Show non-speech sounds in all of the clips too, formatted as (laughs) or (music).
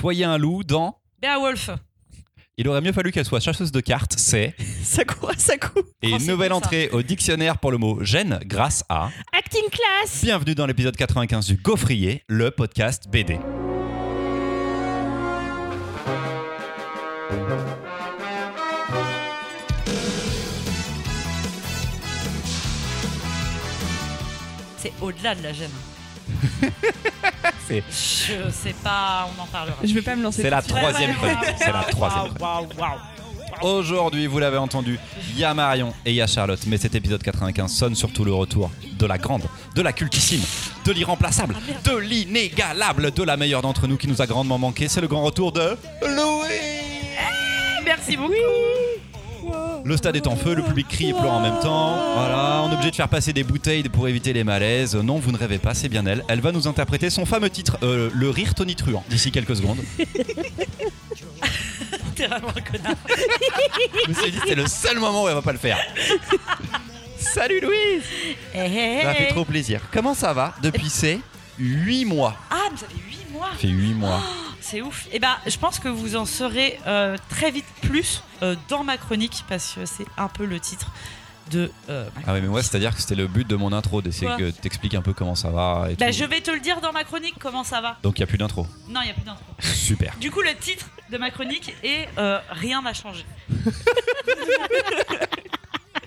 voyait un loup dans. Beowulf. Il aurait mieux fallu qu'elle soit chasseuse de cartes, (laughs) c'est. Ça court, ça court. Et Oh, une c'est nouvelle bon, ça. entrée au dictionnaire pour le mot gêne grâce à. Acting class. Bienvenue dans l'épisode 95 du Gaufrier, le podcast BD. C'est au-delà de la gêne. (laughs) C'est- Je sais pas, on en parlera. Je vais pas me lancer. C'est la tout de suite. troisième chronique. C'est la troisième chronique. Waouh, waouh. Aujourd'hui, vous l'avez entendu, il y a Marion et il y a Charlotte, mais cet épisode 95 sonne surtout le retour de la grande, de la cultissime, de l'irremplaçable, Ah, de l'inégalable, de la meilleure d'entre nous qui nous a grandement manqué. C'est le grand retour de Louis Merci beaucoup. Le stade est en feu, le public crie et pleure en même temps. Voilà, on est obligé de faire passer des bouteilles pour éviter les malaises. Non, vous ne rêvez pas, c'est bien elle. Elle va nous interpréter son fameux titre, euh, Le rire tonitruant, d'ici quelques secondes. T'es vraiment un connard. Je me suis dit, c'est le seul moment où elle va pas le faire. Salut Louise Eh, eh, Ça fait eh. trop plaisir. Comment ça va depuis ces 8 mois Ah, mais ça fait 8 mois. Ça fait 8 mois. C'est ouf. Et bah, je pense que vous en saurez euh, très vite plus euh, dans ma chronique parce que c'est un peu le titre de euh, ma Ah ouais, mais moi, c'est-à-dire que c'était le but de mon intro, d'essayer Quoi que t'expliques un peu comment ça va et Bah, tout. je vais te le dire dans ma chronique comment ça va. Donc, il n'y a plus d'intro. Non, il y a plus d'intro. Super. Du coup, le titre de ma chronique est euh, Rien n'a (laughs) changé.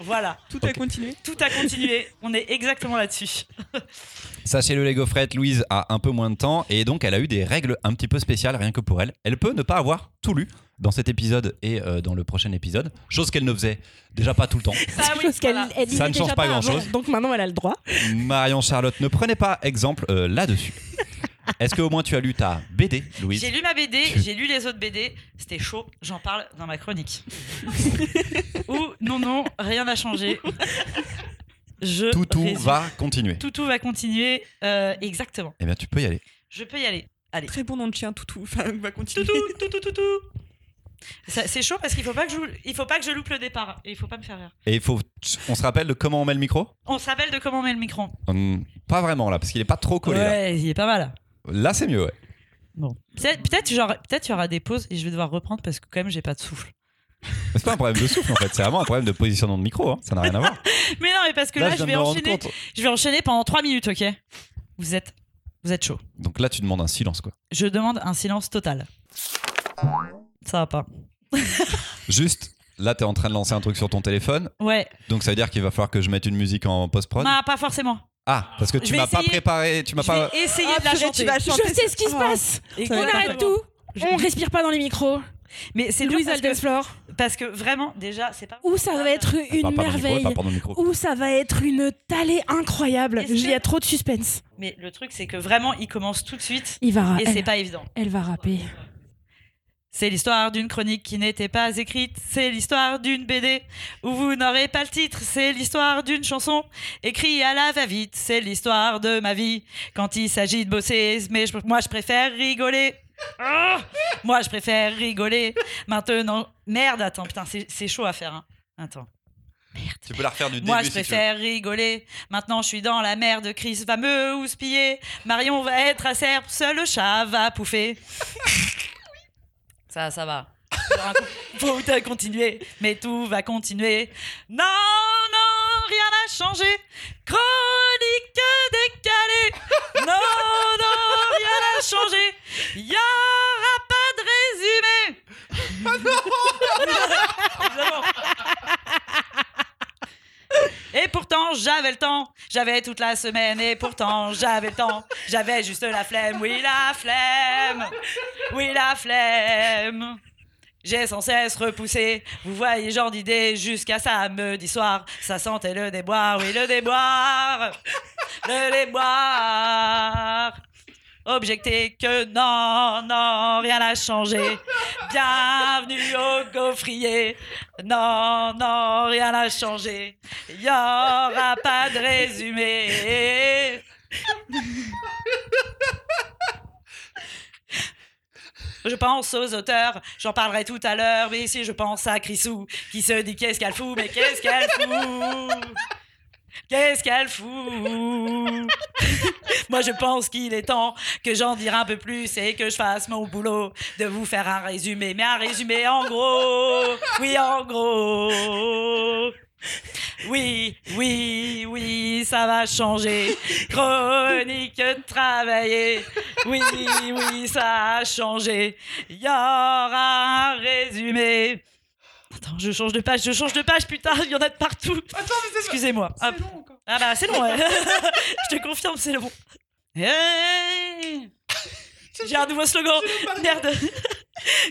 voilà, Tout a Ok. continué. tout a continué. On est exactement (laughs) là-dessus. Sachez-le, les gaufrettes, Louise a un peu moins de temps et donc elle a eu des règles un petit peu spéciales, rien que pour elle. Elle peut ne pas avoir tout lu dans cet épisode et euh, dans le prochain épisode, chose qu'elle ne faisait déjà pas tout le temps. Ah oui, Chose qu'elle- voilà. elle disait Ça ne déjà change pas avant, grand-chose. Donc maintenant, elle a le droit. Marion Charlotte, ne prenez pas exemple euh, là-dessus. Est-ce que au moins tu as lu ta BD, Louise J'ai lu ma BD, Tu- j'ai lu les autres BD, c'était chaud, j'en parle dans ma chronique. Ou non, non, rien n'a changé. Je Tout, tout résume. va continuer. Toutou va continuer, euh, exactement. Eh bien, tu peux y aller. Je peux y aller. Allez. Très bon nom de chien, Toutou. Enfin, on va continuer. Toutou, toutou, toutou. Ça- C'est chaud parce qu'il faut pas que je il faut pas que je loupe le départ et il faut pas me faire rire. Et il faut, on se rappelle de comment on met le micro On s'appelle de comment on met le micro. Hum, Pas vraiment là, parce qu'il est pas trop collé. Là, ouais, il est pas mal. Là, c'est mieux. Ouais. Bon. Peut-être peut-être genre- peut-être il y aura des pauses et je vais devoir reprendre parce que quand même j'ai pas de souffle. (laughs) Mais C'est pas un problème de souffle en fait, c'est vraiment un problème de positionnement de micro. hein. Ça n'a rien à voir. Mais non, mais parce que là, je viens de vais me rendre enchaîner. compte. Je vais enchaîner pendant 3 minutes, ok Vous êtes vous êtes chaud. Donc là, tu demandes un silence quoi. Je demande un silence total. Ça va pas. Juste, là, t'es en train de lancer un truc sur ton téléphone, Ouais. donc ça veut dire qu'il va falloir que je mette une musique en post prod. Bah, pas forcément. Ah, parce que tu Je vais m'as pas essayer. préparé, tu m'as je Bah, pas. vais essayer Ah, de la purée, chanter. tu vas chanter. Je sais ce qui se Ah. passe. Ça va On être arrête tout. On respire pas dans les micros. Mais c'est dur Louise, parce elle que, t'explore. parce que vraiment, déjà, c'est pas. Où ça Euh, va être Pas une prendre le micro, merveille. pas prendre le micro. Où ça va être une talée incroyable. Est-ce que- Il y a trop de suspense. Mais le truc, c'est que vraiment, il commence tout de suite Il va Ah, ra- et c'est elle, pas évident. elle va rapper. C'est l'histoire d'une chronique qui n'était pas écrite. C'est l'histoire d'une BD où vous n'aurez pas le titre. C'est l'histoire d'une chanson écrite à la va-vite. C'est l'histoire de ma vie quand il s'agit de bosser. Mais je- moi, je préfère rigoler. Ah moi, je préfère rigoler. Maintenant, merde, attends, putain, c'est c'est chaud à faire. hein. Attends. Tu peux la refaire du Moi, début si je tu veux. préfère rigoler. Maintenant, je suis dans la mer de Chris va me houspiller. Marion va être à serre, seul le chat va pouffer. ça, ça va. Je raconte- Faut te continuer, mais tout va continuer. Non, non, rien n'a changé. Chronique décalée. Non, non, rien n'a changé. Y aura pas de résumé. Évidemment. Et pourtant, j'avais le temps. J'avais toute la semaine et pourtant, j'avais le temps. J'avais juste la flemme. Oui, la flemme. Oui, la flemme. J'ai sans cesse repoussé, vous voyez, genre d'idée, jusqu'à samedi soir. Ça sentait le déboire, oui, le déboire. Le déboire. Objecter que non, non, rien n'a changé. Bienvenue au gaufrier. Non, non, rien n'a changé. Il n'y aura pas de résumé. Je pense aux auteurs, j'en parlerai tout à l'heure, mais ici je pense à Chrisou, qui se dit qu'est-ce qu'elle fout, mais qu'est-ce qu'elle fout Qu'est-ce qu'elle fout Moi, je pense qu'il est temps que j'en dise un peu plus et que je fasse mon boulot de vous faire un résumé. Mais un résumé en gros. Oui, en gros. Oui, oui, oui, ça va changer. Chronique travaillée. Oui, oui, ça a changé. Il y aura un résumé. Attends, je change de page, je change de page, putain, il y en a de partout. Excusez-moi. Hop. Ah bah c'est long, ouais. (laughs) je te confirme, c'est le bon. Hey J'ai un nouveau slogan. Merde. (laughs)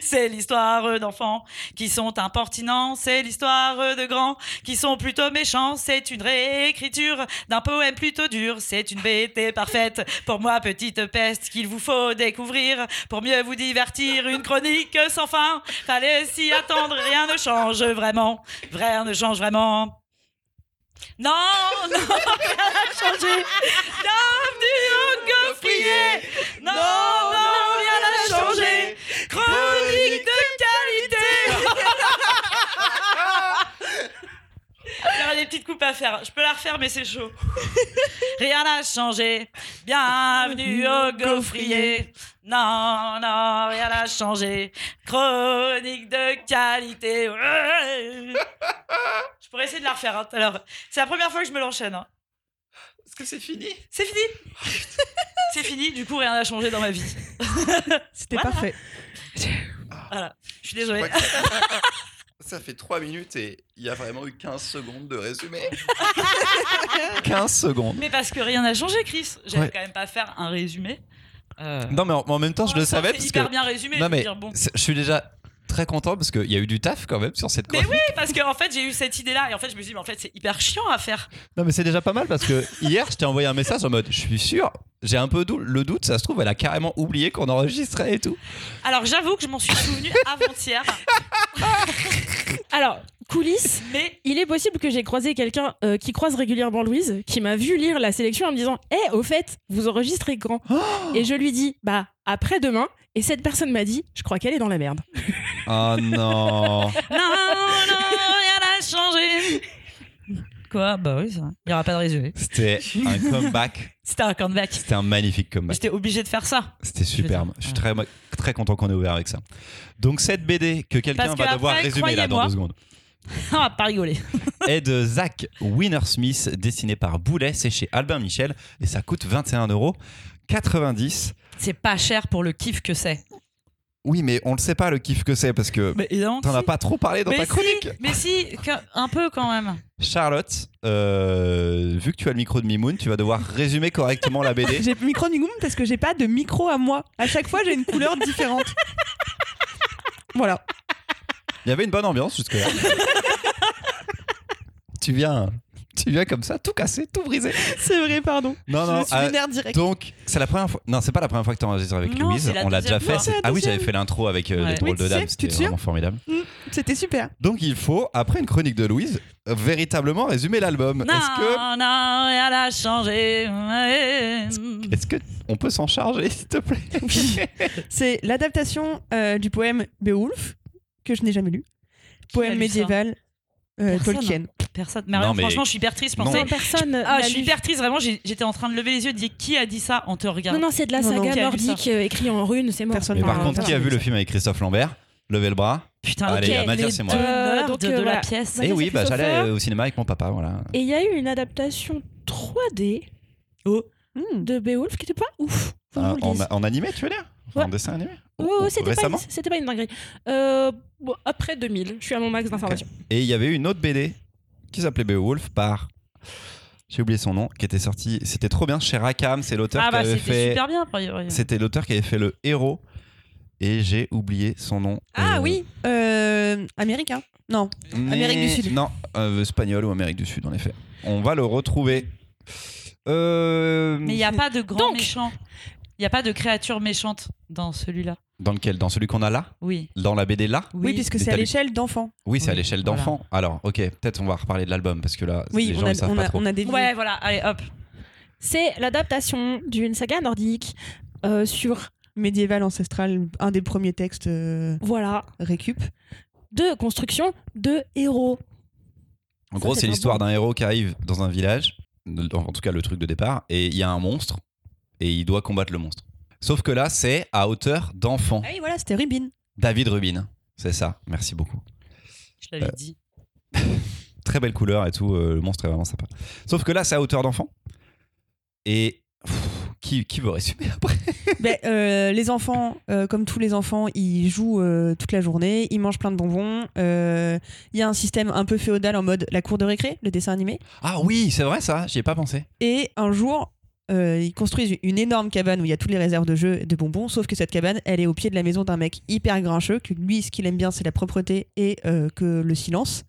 C'est l'histoire euh, d'enfants qui sont impertinents, c'est l'histoire euh, de grands qui sont plutôt méchants, c'est une réécriture d'un poème plutôt dur, c'est une BT parfaite pour moi petite peste qu'il vous faut découvrir pour mieux vous divertir, une chronique sans fin, fallait s'y attendre, rien ne change vraiment, rien ne change vraiment. Non, non, (laughs) rien n'a changé. Bienvenue au gaufrier. Non, non, rien n'a changé. Chronique de qualité. (laughs) Il y aura des petites coupes à faire. Je peux la refaire, mais c'est chaud. (laughs) Rien n'a changé. Bienvenue au gaufrier. Non, non, rien n'a changé. Chronique de (laughs) qualité. Ouais. Je pourrais essayer de la refaire hein, tout à l'heure. C'est la première fois que je me l'enchaîne. hein. Est-ce que c'est fini C'est (laughs) fini. C'est fini. Du coup, rien n'a changé dans ma vie. C'était Voilà. parfait. Voilà. Je suis désolée. Je crois que ça- Ça fait 3 minutes et il y a vraiment eu 15 secondes de (laughs) résumé. 15 secondes. Mais parce que rien n'a changé, Chris. J'allais Ouais. quand même pas faire un résumé. Euh, Non, mais en, en même temps, je pour le l'instant, savais c'est parce que. hyper bien résumé. Non, je veux mais dire, bon. c'est- je suis déjà très content parce qu'il y a eu du taf quand même sur cette Mais chronique. Oui, parce qu'en en fait, j'ai eu cette idée-là. Et en fait, je me suis dit, mais en fait, c'est hyper chiant à faire. Non, mais c'est déjà pas mal parce que hier, je t'ai envoyé un message en mode je suis sûr, j'ai un peu dou- le doute, ça se trouve, elle a carrément oublié qu'on enregistrait et tout. Alors, j'avoue que je m'en suis (laughs) souvenue avant-hier. Alors, coulisses, Mais il est possible que j'ai croisé quelqu'un euh, qui croise régulièrement Louise, qui m'a vu lire la sélection en me disant Eh, au fait, vous (gasps) enregistrez grand. Oh Et je lui dis Bah, après-demain. Et cette personne m'a dit Je crois qu'elle est dans la merde. Oh non non, non, rien n'a changé. Quoi Bah oui, ça. Il n'y aura pas de résumé. (laughs) C'était un comeback, C'était un comeback. c'était un magnifique comeback. J'étais obligée de faire ça. (laughs) C'était superbe. Je suis très, très content qu'on ait ouvert avec ça. Donc, cette BD que quelqu'un Parce que va devoir après, résumer là dans croyez-moi. deux secondes On va pas rigoler. est de Zach Winnersmith, dessiné par Boulet. C'est chez Albin Michel et ça coûte 21,90 euros. C'est pas cher pour le kiff que c'est. Oui, mais on ne sait pas le kiff que c'est parce que Mais évidemment. t'en as pas trop parlé dans mais ta chronique. Si, mais si, que- un peu quand même. Charlotte, euh, vu que tu as le micro de Mimoun, tu vas devoir résumer correctement la BD. (laughs) J'ai micro Nigoum parce que j'ai pas de micro à moi. À chaque fois, j'ai une couleur différente. voilà. Il y avait une bonne ambiance jusque-là. tu viens. Tu viens comme ça, tout cassé, tout brisé. C'est vrai, pardon. Non, je non, suis euh, lunaire direct. Donc, c'est la première fois. Non, c'est pas la première fois que tu enregistres avec Non, Louise. c'est la On l'a déjà deuxième fait. fois. c'est- C'est la Ah oui, deuxième. j'avais fait l'intro avec euh, Ouais. les drôles Oui, tu de sais, dames. tu te C'était souviens vraiment formidable. C'était super. Donc il faut, après une chronique de Louise, euh, véritablement résumer l'album. Non, Est-ce que, non, rien n'a changé. Ouais. est-ce que on peut s'en charger, s'il te plaît C'est l'adaptation euh, du poème Beowulf, que je n'ai jamais lu. lu Poème ça médiéval euh, Personne. Tolkien. Personne. Mais Non, rien, mais- franchement, je suis hyper triste. Non. pensez- Non, Personne. Ah, n'a je suis lu. hyper triste. Vraiment, j'ai- j'étais en train de lever les yeux, de dire qui a dit ça en te Non, regardant. non, c'est de la Non, non, saga qui a lu nordique euh, écrit en runes, c'est mort. Personne Mais n'a par lu contre, ça. qui a vu le film avec Christophe Lambert Levez le bras. Putain, Allez, ok, la matière, les c'est moi. deux Euh, nerds donc, de euh, la voilà. pièce. Bah, Et ça, oui, c'est bah, Christophe j'allais Lambert. au cinéma avec mon papa, voilà. Et il y a eu une adaptation 3D Hmm. de Beowulf qui était pas ouf. faut que Euh, je vous le Oh. en, dise. en animé, tu veux dire Enfin, En Ouais. dessin animé Ou- Ouais, ouais, ou c'était pas, Récemment une- c'était pas une dinguerie. Euh, bon, après 2000, je suis à mon max d'informations. Et il y avait une autre BD qui s'appelait Beowulf par. J'ai oublié son nom, qui était sorti. C'était trop bien chez Rakam, c'est l'auteur Ah, qui bah, avait c'était fait. super bien, a priori. C'était l'auteur qui avait fait le héros. Et j'ai oublié son nom. Ah Euh, oui, euh, américain. Non, Mais- Amérique du Sud. Non, euh, espagnol ou Amérique du Sud, en effet. On va le retrouver. Euh, Mais il n'y a pas de grand Donc- méchant. Il n'y a pas de créature méchante dans celui-là. Dans lequel Dans celui qu'on a là Oui. Dans la BD là oui, puisque Mais c'est à t'as lu- l'échelle d'enfants. Oui, c'est à Oui, l'échelle voilà. d'enfant. Alors, ok, peut-être on va reparler de l'album parce que là, Oui, les gens on a, ils savent on pas a- trop. on a des Ouais, voilà, allez, hop. C'est l'adaptation d'une saga nordique euh, sur, médiéval ancestral, un des premiers textes euh, voilà, récup. de construction de héros. En gros, Ça, c'est c'est pas l'histoire bon. d'un héros qui arrive dans un village, en tout cas le truc de départ, et il y a un monstre. et il doit combattre le monstre. Sauf que là, c'est à hauteur d'enfant. Ah oui, voilà, c'était Rubin. David Rubin, c'est ça. Merci beaucoup. Je l'avais Euh. dit. Très belle couleur et tout. euh, le monstre est vraiment sympa. Sauf que là, c'est à hauteur d'enfant. Et pff, qui, qui veut résumer après (laughs) Ben, euh, les enfants, euh, comme tous les enfants, ils jouent euh, toute la journée, ils mangent plein de bonbons. euh, Il y a un système un peu féodal en mode la cour de récré, le dessin animé. Ah oui, c'est vrai ça. J'y ai pas pensé. Et un jour, euh, ils construisent une énorme cabane où il y a toutes les réserves de jeux et de bonbons, sauf que cette cabane, elle est au pied de la maison d'un mec hyper grincheux, que lui, ce qu'il aime bien, c'est la propreté et euh, que le silence.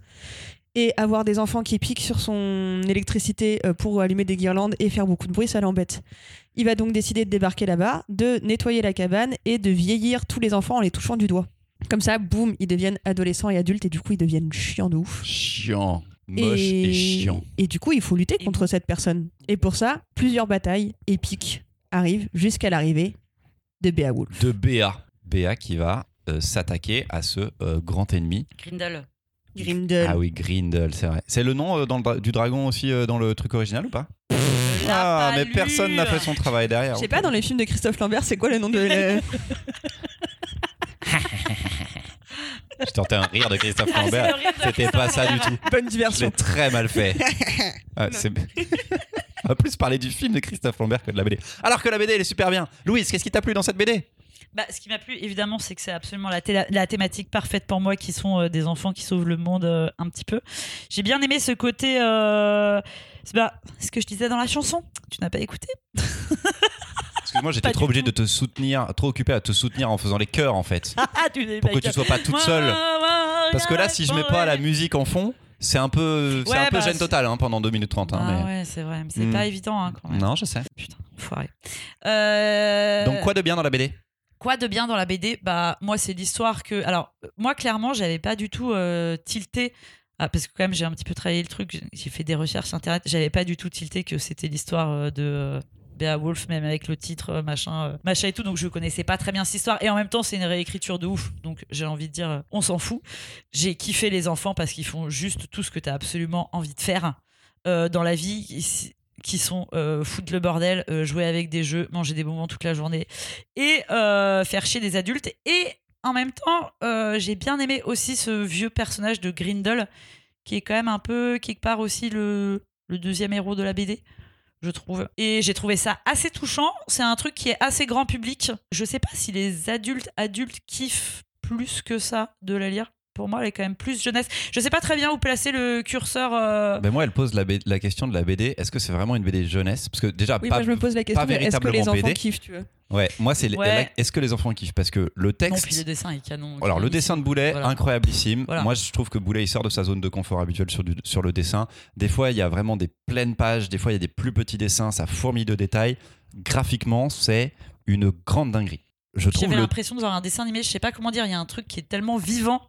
Et avoir des enfants qui piquent sur son électricité euh, pour allumer des guirlandes et faire beaucoup de bruit, ça l'embête. Il va donc décider de débarquer là-bas, de nettoyer la cabane et de vieillir tous les enfants en les touchant du doigt. Comme ça, boum, ils deviennent adolescents et adultes et du coup, ils deviennent chiants de ouf. Chiant. Moche et chiant. Et du coup, il faut lutter contre cette personne. Et pour ça, plusieurs batailles épiques arrivent jusqu'à l'arrivée de Beowulf. de Béa. Béa qui va euh, s'attaquer à ce euh, grand ennemi. Grindel. Euh, Grimdel. Ah oui, Grindel, c'est vrai. C'est le nom euh, dans le dra- du dragon aussi euh, dans le truc original ou pas Ah, pas mais lu. personne n'a fait son travail derrière. Je sais pas, dans les films de Christophe Lambert, c'est quoi le nom de. la- Je tentais un rire de Christophe Ah, Lambert. C'était pas ça du tout. Je Bonne l'ai diversion. très mal (laughs) fait. Ah, c'est- (laughs) On va plus parler du film de Christophe Lambert que de la BD. Alors que la BD, elle est super bien. Louise, qu'est-ce qui t'a plu dans cette BD Bah, ce qui m'a plu, évidemment, c'est que c'est absolument la, thé- la thématique parfaite pour moi, qui sont euh, des enfants qui sauvent le monde euh, un petit peu. J'ai bien aimé ce côté. euh, c'est pas- ce que je disais dans la chanson. Tu n'as pas écouté Excuse-moi, j'étais Pas trop du obligé de tout. te soutenir, trop occupé à te soutenir en faisant les chœurs en fait. (laughs) Ah, tu n'es Pour pas Ah, que tu sois pas toute seule. Parce que là, si je mets pas la musique en fond, c'est un peu, c'est Ouais, un peu bah, gêne c'est- totale hein, pendant 2 minutes 30. hein, mais- Ah ouais, c'est vrai, mais c'est Hmm. pas évident hein, quand même. Non, je sais. Putain, enfoiré. Euh, Donc quoi de bien dans la BD Quoi de bien dans la BD Bah moi c'est l'histoire que alors euh, moi clairement j'avais pas du tout euh, tilté ah, parce que quand même j'ai un petit peu travaillé le truc, j'ai- j'ai fait des recherches internet, j'avais pas du tout tilté que c'était l'histoire euh, de euh, Beowulf même avec le titre euh, machin euh, machin et tout donc je connaissais pas très bien cette histoire et en même temps c'est une réécriture de ouf donc j'ai envie de dire euh, on s'en fout. J'ai kiffé les enfants parce qu'ils font juste tout ce que t'as absolument envie de faire euh, dans la vie. Ils- qui sont euh, foutre le bordel, euh, jouer avec des jeux, manger des bonbons toute la journée, et euh, faire chier des adultes. Et en même temps, euh, j'ai bien aimé aussi ce vieux personnage de Grindel, qui est quand même un peu quelque part aussi le, le deuxième héros de la BD, je trouve. Et j'ai trouvé ça assez touchant. C'est un truc qui est assez grand public. Je sais pas si les adultes adultes kiffent plus que ça de la lire. Pour moi, elle est quand même plus jeunesse. Je sais pas très bien où placer le curseur. euh, ben Moi, elle pose la, B- la question de la BD. Est-ce que c'est vraiment une BD jeunesse Parce que déjà, Oui, pas... moi je me pose la question pas mais est-ce que les véritablement enfants BD. kiffent, tu veux ouais, moi c'est l- Ouais. la- est-ce que les enfants kiffent Parce que le Non, puis le texte... dessin est canon. Alors le dessin de Boulet, Voilà. incroyablissime. Voilà. Moi je trouve que Boulet il sort de sa zone de confort habituelle sur, du- sur le dessin. Des fois il y a vraiment des pleines pages, des fois il y a des plus petits dessins, ça fourmille de détails. Graphiquement c'est une grande dinguerie. Je trouve J'avais le... l'impression de voir un dessin animé, je sais pas comment dire, il y a un truc qui est tellement vivant.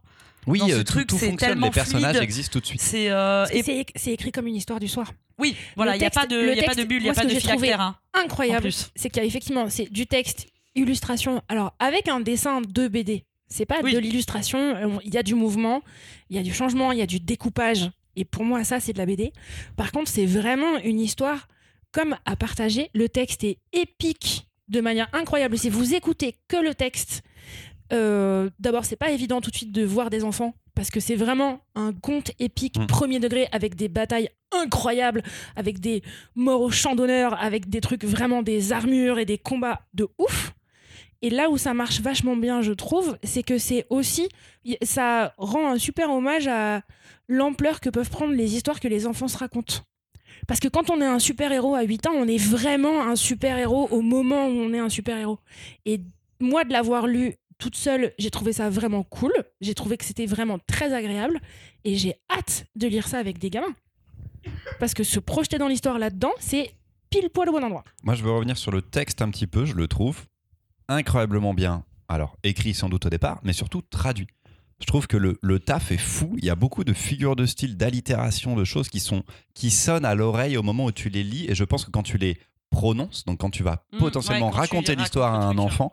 Oui, dans ce euh, tout- truc, tout c'est fonctionne, tellement les personnages fluide. existent tout de suite. C'est euh, Parce que et C'est c'est écrit comme une histoire du soir. oui, voilà, le il y a texte- pas de le il y a pas de texte, bulle, il y a moi, ce pas que de j'ai fil à trouvé terre, hein, en Incroyable. plus. C'est qu'il y a effectivement c'est du texte, illustration. Alors avec un dessin de BD, c'est pas Oui. de l'illustration. euh, Il y a du mouvement, il y a du changement, il y a du découpage. Et pour moi, ça c'est de la BD. Par contre, c'est vraiment une histoire comme à partager. Le texte est épique de manière incroyable. Si vous écoutez que le texte, euh, d'abord c'est pas évident tout de suite de voir des enfants parce que c'est vraiment un conte épique Mm. premier degré avec des batailles incroyables, avec des morts au champ d'honneur, avec des trucs vraiment des armures et des combats de ouf. Et là où ça marche vachement bien, je trouve, c'est que c'est aussi y- ça rend un super hommage à l'ampleur que peuvent prendre les histoires que les enfants se racontent. Parce que quand on est un super-héros à 8 ans, on est vraiment un super-héros au moment où on est un super-héros. Et moi, de l'avoir lu toute seule, j'ai trouvé ça vraiment cool. J'ai trouvé que c'était vraiment très agréable. Et j'ai hâte de lire ça avec des gamins. Parce que se projeter dans l'histoire là-dedans, c'est pile poil au bon endroit. Ah Moi, je veux revenir sur le texte un petit peu. Je le trouve incroyablement bien. Alors, écrit sans doute au départ, mais surtout traduit. Je trouve que le, le taf est fou. Il y a beaucoup de figures de style, d'allitérations, de choses qui, sont, qui sonnent à l'oreille au moment où tu les lis. Et je pense que quand tu les prononces, donc quand tu vas Mm, potentiellement ouais, quand tu raconter racontes l'histoire à le un truc, ouais. enfant,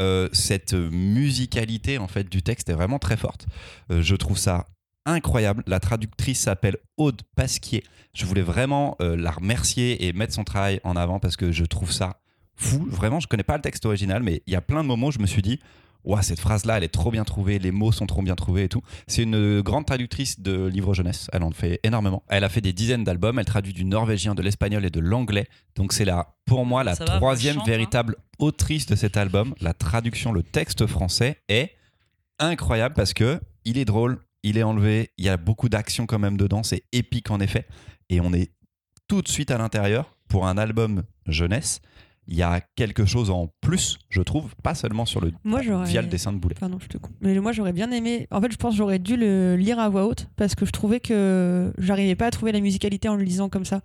euh, cette musicalité en fait du texte est vraiment très forte. Euh, je trouve ça incroyable. La traductrice s'appelle Aude Pasquier. Je voulais vraiment euh, la remercier et mettre son travail en avant parce que je trouve ça fou. Vraiment, je connais pas le texte original, mais il y a plein de moments où je me suis dit. Ouah, cette phrase-là, elle est trop bien trouvée, les mots sont trop bien trouvés et tout. C'est une euh, grande traductrice de livres jeunesse, elle en fait énormément. Elle a fait des dizaines d'albums, elle traduit du norvégien, de l'espagnol et de l'anglais. Donc c'est la, pour moi la Ça va, vous troisième chante, hein. véritable autrice de cet album. La traduction, le texte français est incroyable parce que il est drôle, il est enlevé, il y a beaucoup d'action quand même dedans, c'est épique en effet. Et on est tout de suite à l'intérieur pour un album jeunesse. Il y a quelque chose en plus, je trouve, pas seulement sur le Moi, j'aurais- via le dessin de boulet. Pardon, je te coupe. Mais moi, j'aurais bien aimé. En fait, je pense que j'aurais dû le lire à voix haute parce que je trouvais que j'arrivais pas à trouver la musicalité en le lisant comme ça.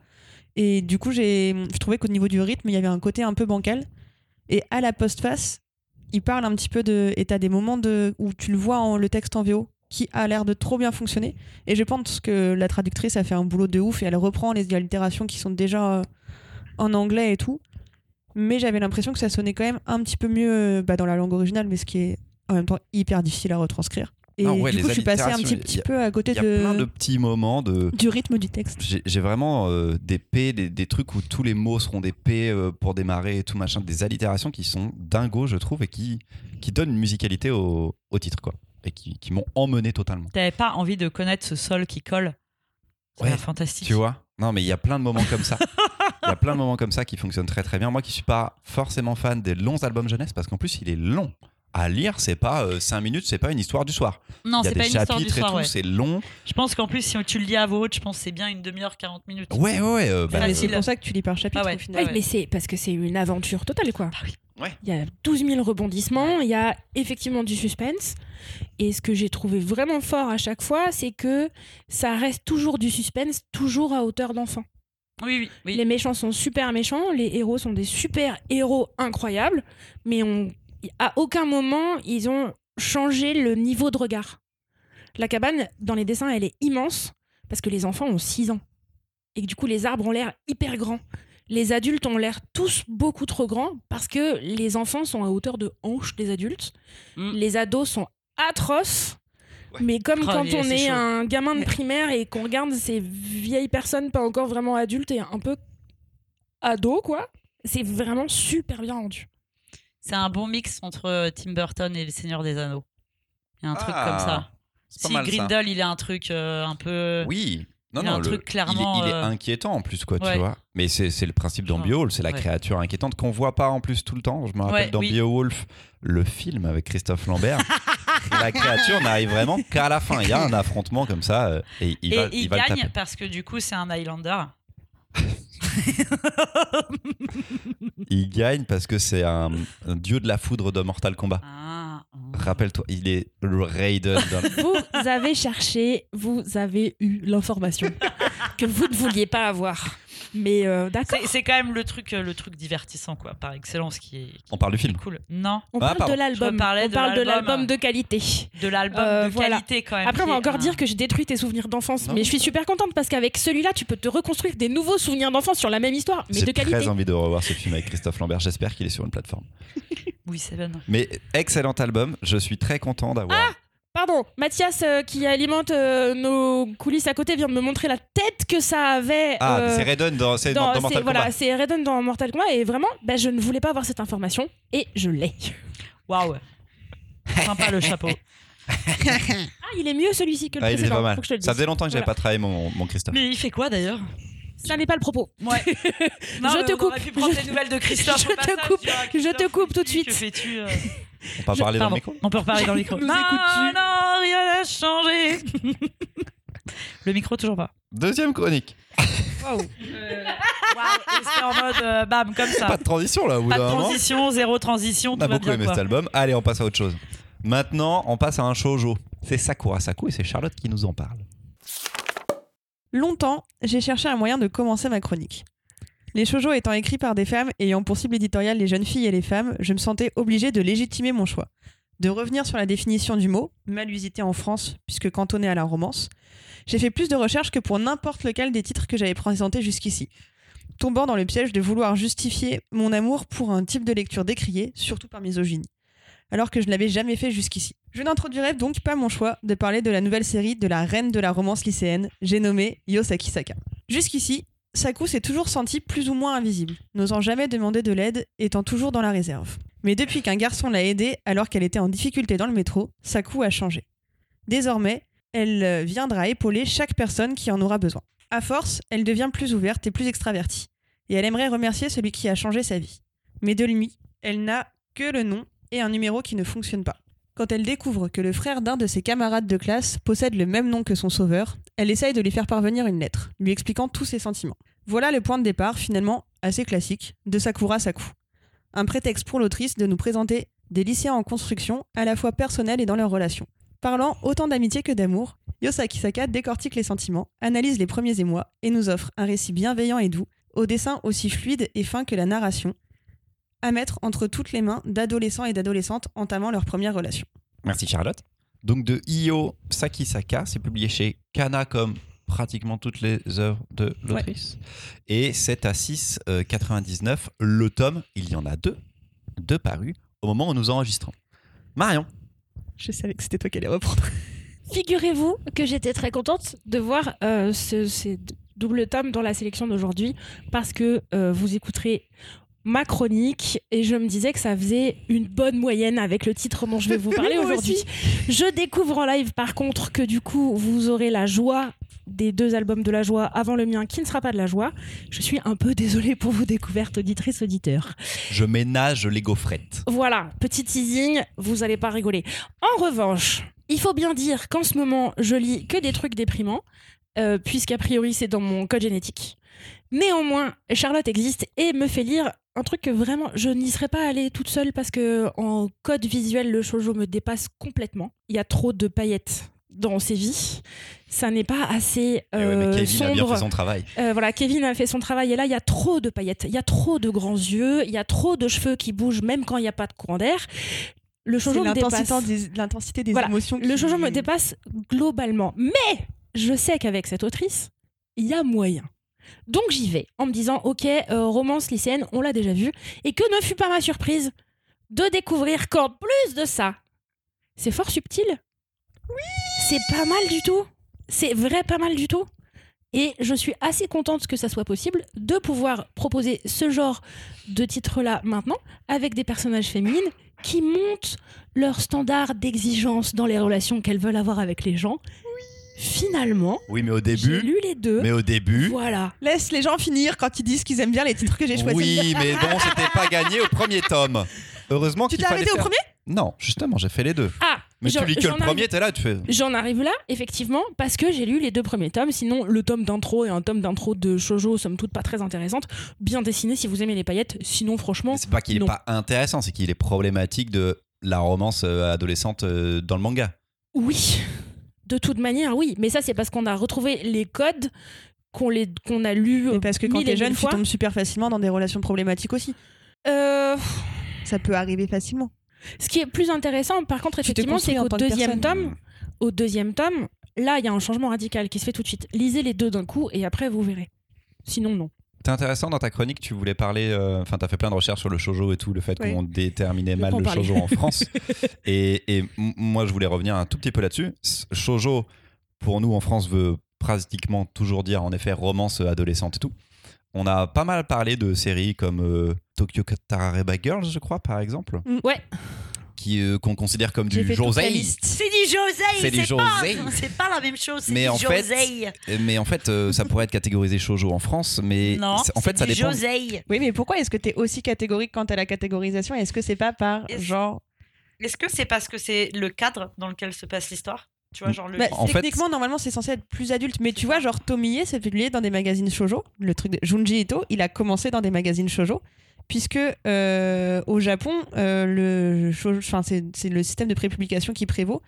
Et du coup, j'ai, je trouvais qu'au niveau du rythme, il y avait un côté un peu bancal. Et à la postface, il parle un petit peu de. Et t'as des moments de... où tu le vois en le texte en VO qui a l'air de trop bien fonctionner. Et je pense que la traductrice a fait un boulot de ouf et elle reprend les allitérations qui sont déjà euh, en anglais et tout. Mais j'avais l'impression que ça sonnait quand même un petit peu mieux euh, bah, dans la langue originale, mais ce qui est en même temps hyper difficile à retranscrire. Et Ah ouais, du les coup, je suis passée un allitérations, petit, il y a- petit peu à côté Il y a de- plein de petits moments de. du rythme du texte. J'ai j'ai vraiment euh, des P, des, des trucs où tous les mots seront des P euh, pour démarrer et tout machin, des allitérations qui sont dingos, je trouve, et qui, qui donnent une musicalité au, au titre, quoi. Et qui, qui m'ont emmené totalement. T'avais pas envie de connaître ce sol qui colle C'est Ouais, fantastique. Tu vois Non, mais il y a plein de moments comme (laughs) ça. Il y a plein de moments comme ça qui fonctionnent très très bien. Moi qui suis pas forcément fan des longs albums jeunesse, parce qu'en plus il est long. À lire, c'est pas 5 minutes, c'est pas une histoire du soir. non, Il y a c'est des pas une histoire du chapitres et soir, tout, ouais. c'est long. Je pense qu'en plus, si tu le lis à voix haute, je pense que c'est bien une demi-heure, 40 minutes. Ouais, ouais, ouais. euh, bah, Ah, mais Facile. c'est pour ça que tu lis par chapitre Ah ouais. au final. Ouais. mais c'est parce que c'est une aventure totale, quoi. Ah oui. Ouais. Il y a 12 000 rebondissements, il y a effectivement du suspense. Et ce que j'ai trouvé vraiment fort à chaque fois, c'est que ça reste toujours du suspense, toujours à hauteur d'enfant. Oui, oui, oui. Les méchants sont super méchants, les héros sont des super héros incroyables, mais on, à aucun moment ils ont changé le niveau de regard. La cabane, dans les dessins, elle est immense parce que les enfants ont 6 ans. Et que du coup, les arbres ont l'air hyper grands. Les adultes ont l'air tous beaucoup trop grands parce que les enfants sont à hauteur de hanches des adultes. Mm. Les ados sont atroces. Ouais. Mais comme Oh, quand mais on c'est est chaud. un gamin de Mais- primaire et qu'on regarde ces vieilles personnes pas encore vraiment adultes et un peu ados, quoi, c'est vraiment super bien rendu. C'est un bon mix entre euh, Tim Burton et Le Seigneur des Anneaux. Il y a un truc Ah, comme ça. c'est pas Si mal, ça. Grindel, il a un truc euh, un peu. Oui. Non, Il y a non, un le- truc clairement, il, est, il est euh, inquiétant en plus, quoi, ouais. tu vois. Mais c'est c'est le principe Genre, d'Ambiowolf, c'est la ouais. créature inquiétante qu'on voit pas en plus tout le temps. Je me rappelle Ouais, dans oui. Beowulf, le film avec Christophe (laughs) Lambert, la créature n'arrive vraiment qu'à la fin. Il y a un affrontement comme ça euh, et il et va, il, il va le gagne taper. parce que du coup, c'est un Highlander. Il gagne parce que c'est un, un dieu de la foudre de Mortal Kombat. Ah, hum. Rappelle-toi, il est le Raiden. dans (laughs) le- Vous (laughs) avez cherché, vous avez eu l'information (laughs) que vous ne vouliez pas avoir. Mais euh, d'accord. C'est- C'est quand même le truc, euh, le truc divertissant, quoi, par excellence, qui est, qui On parle du film. est cool. Non, Ah, On parle pardon. de l'album. Je parlais On de parle de l'album. l'album de qualité. de l'album Euh, de voilà. qualité quand même. Après, on va qui est encore un- dire que j'ai détruit tes souvenirs d'enfance, ah. Non. mais je suis super contente parce qu'avec celui-là, tu peux te reconstruire des nouveaux souvenirs d'enfance sur la même histoire, mais J'ai de très qualité. envie de revoir ce film avec Christophe Lambert. J'espère qu'il est sur une plateforme. Oui, Seven. Mais excellent album. Je suis très content d'avoir. Pardon, Mathias euh, qui alimente euh, nos coulisses à côté vient de me montrer la tête que ça avait. Ah, euh, c'est Raiden dans, c'est dans, dans c'est- Mortal Kombat. voilà, c'est Raiden dans Mortal Kombat et vraiment, bah, je ne voulais pas avoir cette information et je l'ai. Waouh. Sympa (laughs) le chapeau. Ah, il est mieux celui-ci que le Ah, il était précédent. pas mal. Faut que je te le Ça dise. faisait longtemps que j'avais Voilà. pas travaillé mon, mon Christophe. Mais il fait quoi d'ailleurs Ça n'est pas le propos. (laughs) Ouais. euh, Je te coupe. pu prendre Je- des nouvelles de Christophe. Je au te passage, coupe. tu vois, Je Christophe, te coupe tout de dis, Que suite. fais-tu euh, On peut Je- parler dans pardon. le micro On peut reparler dans le micro. Nous non, écoutes-tu non, rien n'a changé. le micro toujours pas. Deuxième chronique. Euh, Waouh. Et c'est en mode euh, bam comme ça. Pas de transition là, au bout Pas d'un de moment. transition, zéro transition, On a tout va beaucoup bien aimé cet quoi. album. Allez, on passe à autre chose. Maintenant, on passe à un shoujo. C'est Sakura Saku et c'est Charlotte qui nous en parle. Longtemps, j'ai cherché un moyen de commencer ma chronique. Les shoujo étant écrits par des femmes ayant pour cible éditoriale les jeunes filles et les femmes, je me sentais obligée de légitimer mon choix. De revenir sur la définition du mot, mal usité en France puisque cantonné à la romance, j'ai fait plus de recherches que pour n'importe lequel des titres que j'avais présentés jusqu'ici, tombant dans le piège de vouloir justifier mon amour pour un type de lecture décrié, surtout par misogynie, alors que je ne l'avais jamais fait jusqu'ici. Je n'introduirai donc pas mon choix de parler de la nouvelle série de la reine de la romance lycéenne, j'ai nommé Yosaki Saka. Jusqu'ici, Saku s'est toujours senti plus ou moins invisible, n'osant jamais demander de l'aide, étant toujours dans la réserve. Mais depuis qu'un garçon l'a aidée alors qu'elle était en difficulté dans le métro, Saku a changé. Désormais, elle euh, viendra épauler chaque personne qui en aura besoin. À force, elle devient plus ouverte et plus extravertie, et elle aimerait remercier celui qui a changé sa vie. Mais de lui, elle n'a que le nom et un numéro qui ne fonctionne pas. Quand elle découvre que le frère d'un de ses camarades de classe possède le même nom que son sauveur, elle essaye de lui faire parvenir une lettre, lui expliquant tous ses sentiments. Voilà le point de départ, finalement assez classique, de Sakura Saku. Un prétexte pour l'autrice de nous présenter des lycéens en construction, à la fois personnels et dans leurs relations. Parlant autant d'amitié que d'amour, Yosaki Saka décortique les sentiments, analyse les premiers émois et nous offre un récit bienveillant et doux, au dessin aussi fluide et fin que la narration, à mettre entre toutes les mains d'adolescents et d'adolescentes entamant leur première relation. Merci Charlotte. Donc de Io Sakisaka, c'est publié chez Kana comme pratiquement toutes les œuvres de l'autrice. Et c'est à 6,99. le tome, il y en a deux, deux parus au moment où nous enregistrons. Marion, Je savais que c'était toi qui allais reprendre. Figurez-vous que j'étais très contente de voir euh, ce- ces d- doubles tomes dans la sélection d'aujourd'hui parce que euh, vous écouterez ma chronique et je me disais que ça faisait une bonne moyenne avec le titre dont je vais vous parler Moi aujourd'hui. Je découvre en live par contre que du coup vous aurez la joie des deux albums de la joie avant le mien qui ne sera pas de la joie. Je suis un peu désolée pour vos découvertes auditrices auditeurs. je ménage les gaufrettes. Voilà, petit teasing, vous allez pas rigoler. En revanche, il faut bien dire qu'en ce moment, je lis que des trucs déprimants, euh, puisqu'a priori, c'est dans mon code génétique. Néanmoins, Charlotte existe et me fait lire un truc que vraiment, je n'y serais pas allée toute seule parce que en code visuel, le shoujo me dépasse complètement. Il y a trop de paillettes dans ses vies. Ça n'est pas assez Eh ouais, mais euh, Kevin a bien sombre. fait son travail. Euh, voilà, Kevin a fait son travail et là, il y a trop de paillettes, il y a trop de grands yeux, il y a trop de cheveux qui bougent même quand il n'y a pas de courant d'air. Le C'est shoujo me dépasse. l'intensité des- L'intensité des Voilà. émotions. Le qui- shoujo me dépasse globalement. Mais je sais qu'avec cette autrice, il y a moyen. Donc j'y vais en me disant, ok, euh, romance lycéenne, on l'a déjà vu. Et que ne fut pas ma surprise de découvrir qu'en plus de ça, c'est fort subtil. Oui C'est pas mal du tout. C'est vrai pas mal du tout. Et je suis assez contente que ça soit possible de pouvoir proposer ce genre de titre-là maintenant avec des personnages féminines qui montent leur standard d'exigence dans les relations qu'elles veulent avoir avec les gens. Finalement, Oui, mais au j'ai début, lu les deux. mais au début, Voilà. Laisse les gens finir quand ils disent qu'ils aiment bien les titres que j'ai choisis. oui, (laughs) mais bon, c'était pas gagné au premier tome. Heureusement Tu qu'il t'es fallait arrêté au faire- premier Non, justement, j'ai fait les deux. Ah, Mais j'en- tu lis que j'en le arrive- premier, t'es là, tu fais. J'en arrive là, effectivement, parce que j'ai lu les deux premiers tomes. Sinon, le tome d'intro et un tome d'intro de shoujo, somme toute pas très intéressante. Bien dessiné si vous aimez les paillettes. Sinon, franchement, Mais C'est pas qu'il non. est pas intéressant, c'est qu'il est problématique de la romance euh, adolescente euh, dans le manga. Oui, de toute manière, oui. Mais ça, c'est parce qu'on a retrouvé les codes qu'on les qu'on a lus. Mais euh, parce que quand mille et t'es mille jeune, tu fois. tombes super facilement dans des relations problématiques aussi. Euh, Ça peut arriver facilement. ce qui est plus intéressant, par contre, Tu t'es effectivement, c'est construit en qu'au tant que deuxième personne. tome, au deuxième tome, là, il y a un changement radical qui se fait tout de suite. Lisez les deux d'un coup et après, vous verrez. Sinon, non. C'est intéressant dans ta chronique, tu voulais parler, euh, enfin t'as fait plein de recherches sur le shoujo et tout, le fait Oui. qu'on déterminait vais mal pas en le parler. shoujo en France. et et m- moi je voulais revenir un tout petit peu là-dessus. S- Shoujo, pour nous en France, veut pratiquement toujours dire en effet romance adolescente et tout. On a pas mal parlé de séries comme euh, Tokyo Tarareba Girls, je crois, par exemple, Ouais. qui euh, qu'on considère comme J'ai du fait toute la josei. liste. C'est du Josei, C'est du pas- josei. C'est pas la même chose, c'est Mais du en fait, Josei. Mais en fait, euh, ça pourrait être catégorisé shoujo en France, mais Non, c'est- en fait, ça c'est du dépend. Josei. Oui, mais pourquoi est-ce que t'es aussi catégorique quant à la catégorisation Est-ce que c'est pas par Est-ce- genre Est-ce que c'est parce que c'est le cadre dans lequel se passe l'histoire Tu Mm. vois, genre le. Bah, En fait- Techniquement, normalement, c'est censé être plus adulte. Mais tu vois, genre Tomiye, c'est publié dans des magazines shoujo. Le truc de Junji Ito, il a commencé dans des magazines shoujo. Puisque euh, au Japon, euh, le shoujo- enfin, c'est c'est le système de prépublication qui prévaut.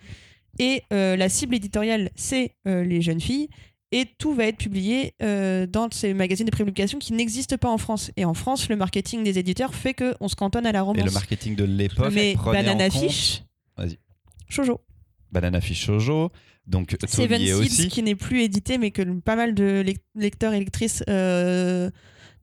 Et euh, la cible éditoriale, c'est euh, les jeunes filles. Et tout va être publié euh, dans ces magazines de prépublication qui n'existent pas en France. Et en France, le marketing des éditeurs fait qu'on se cantonne à la romance. Et le marketing de l'époque Mais prenait Banana en compte Fish, Vas-y. shoujo. Banana Fish Shoujo, donc Seven Tomiye Seeds aussi. qui n'est plus édité mais que le- pas mal de lec- lecteurs et lectrices euh,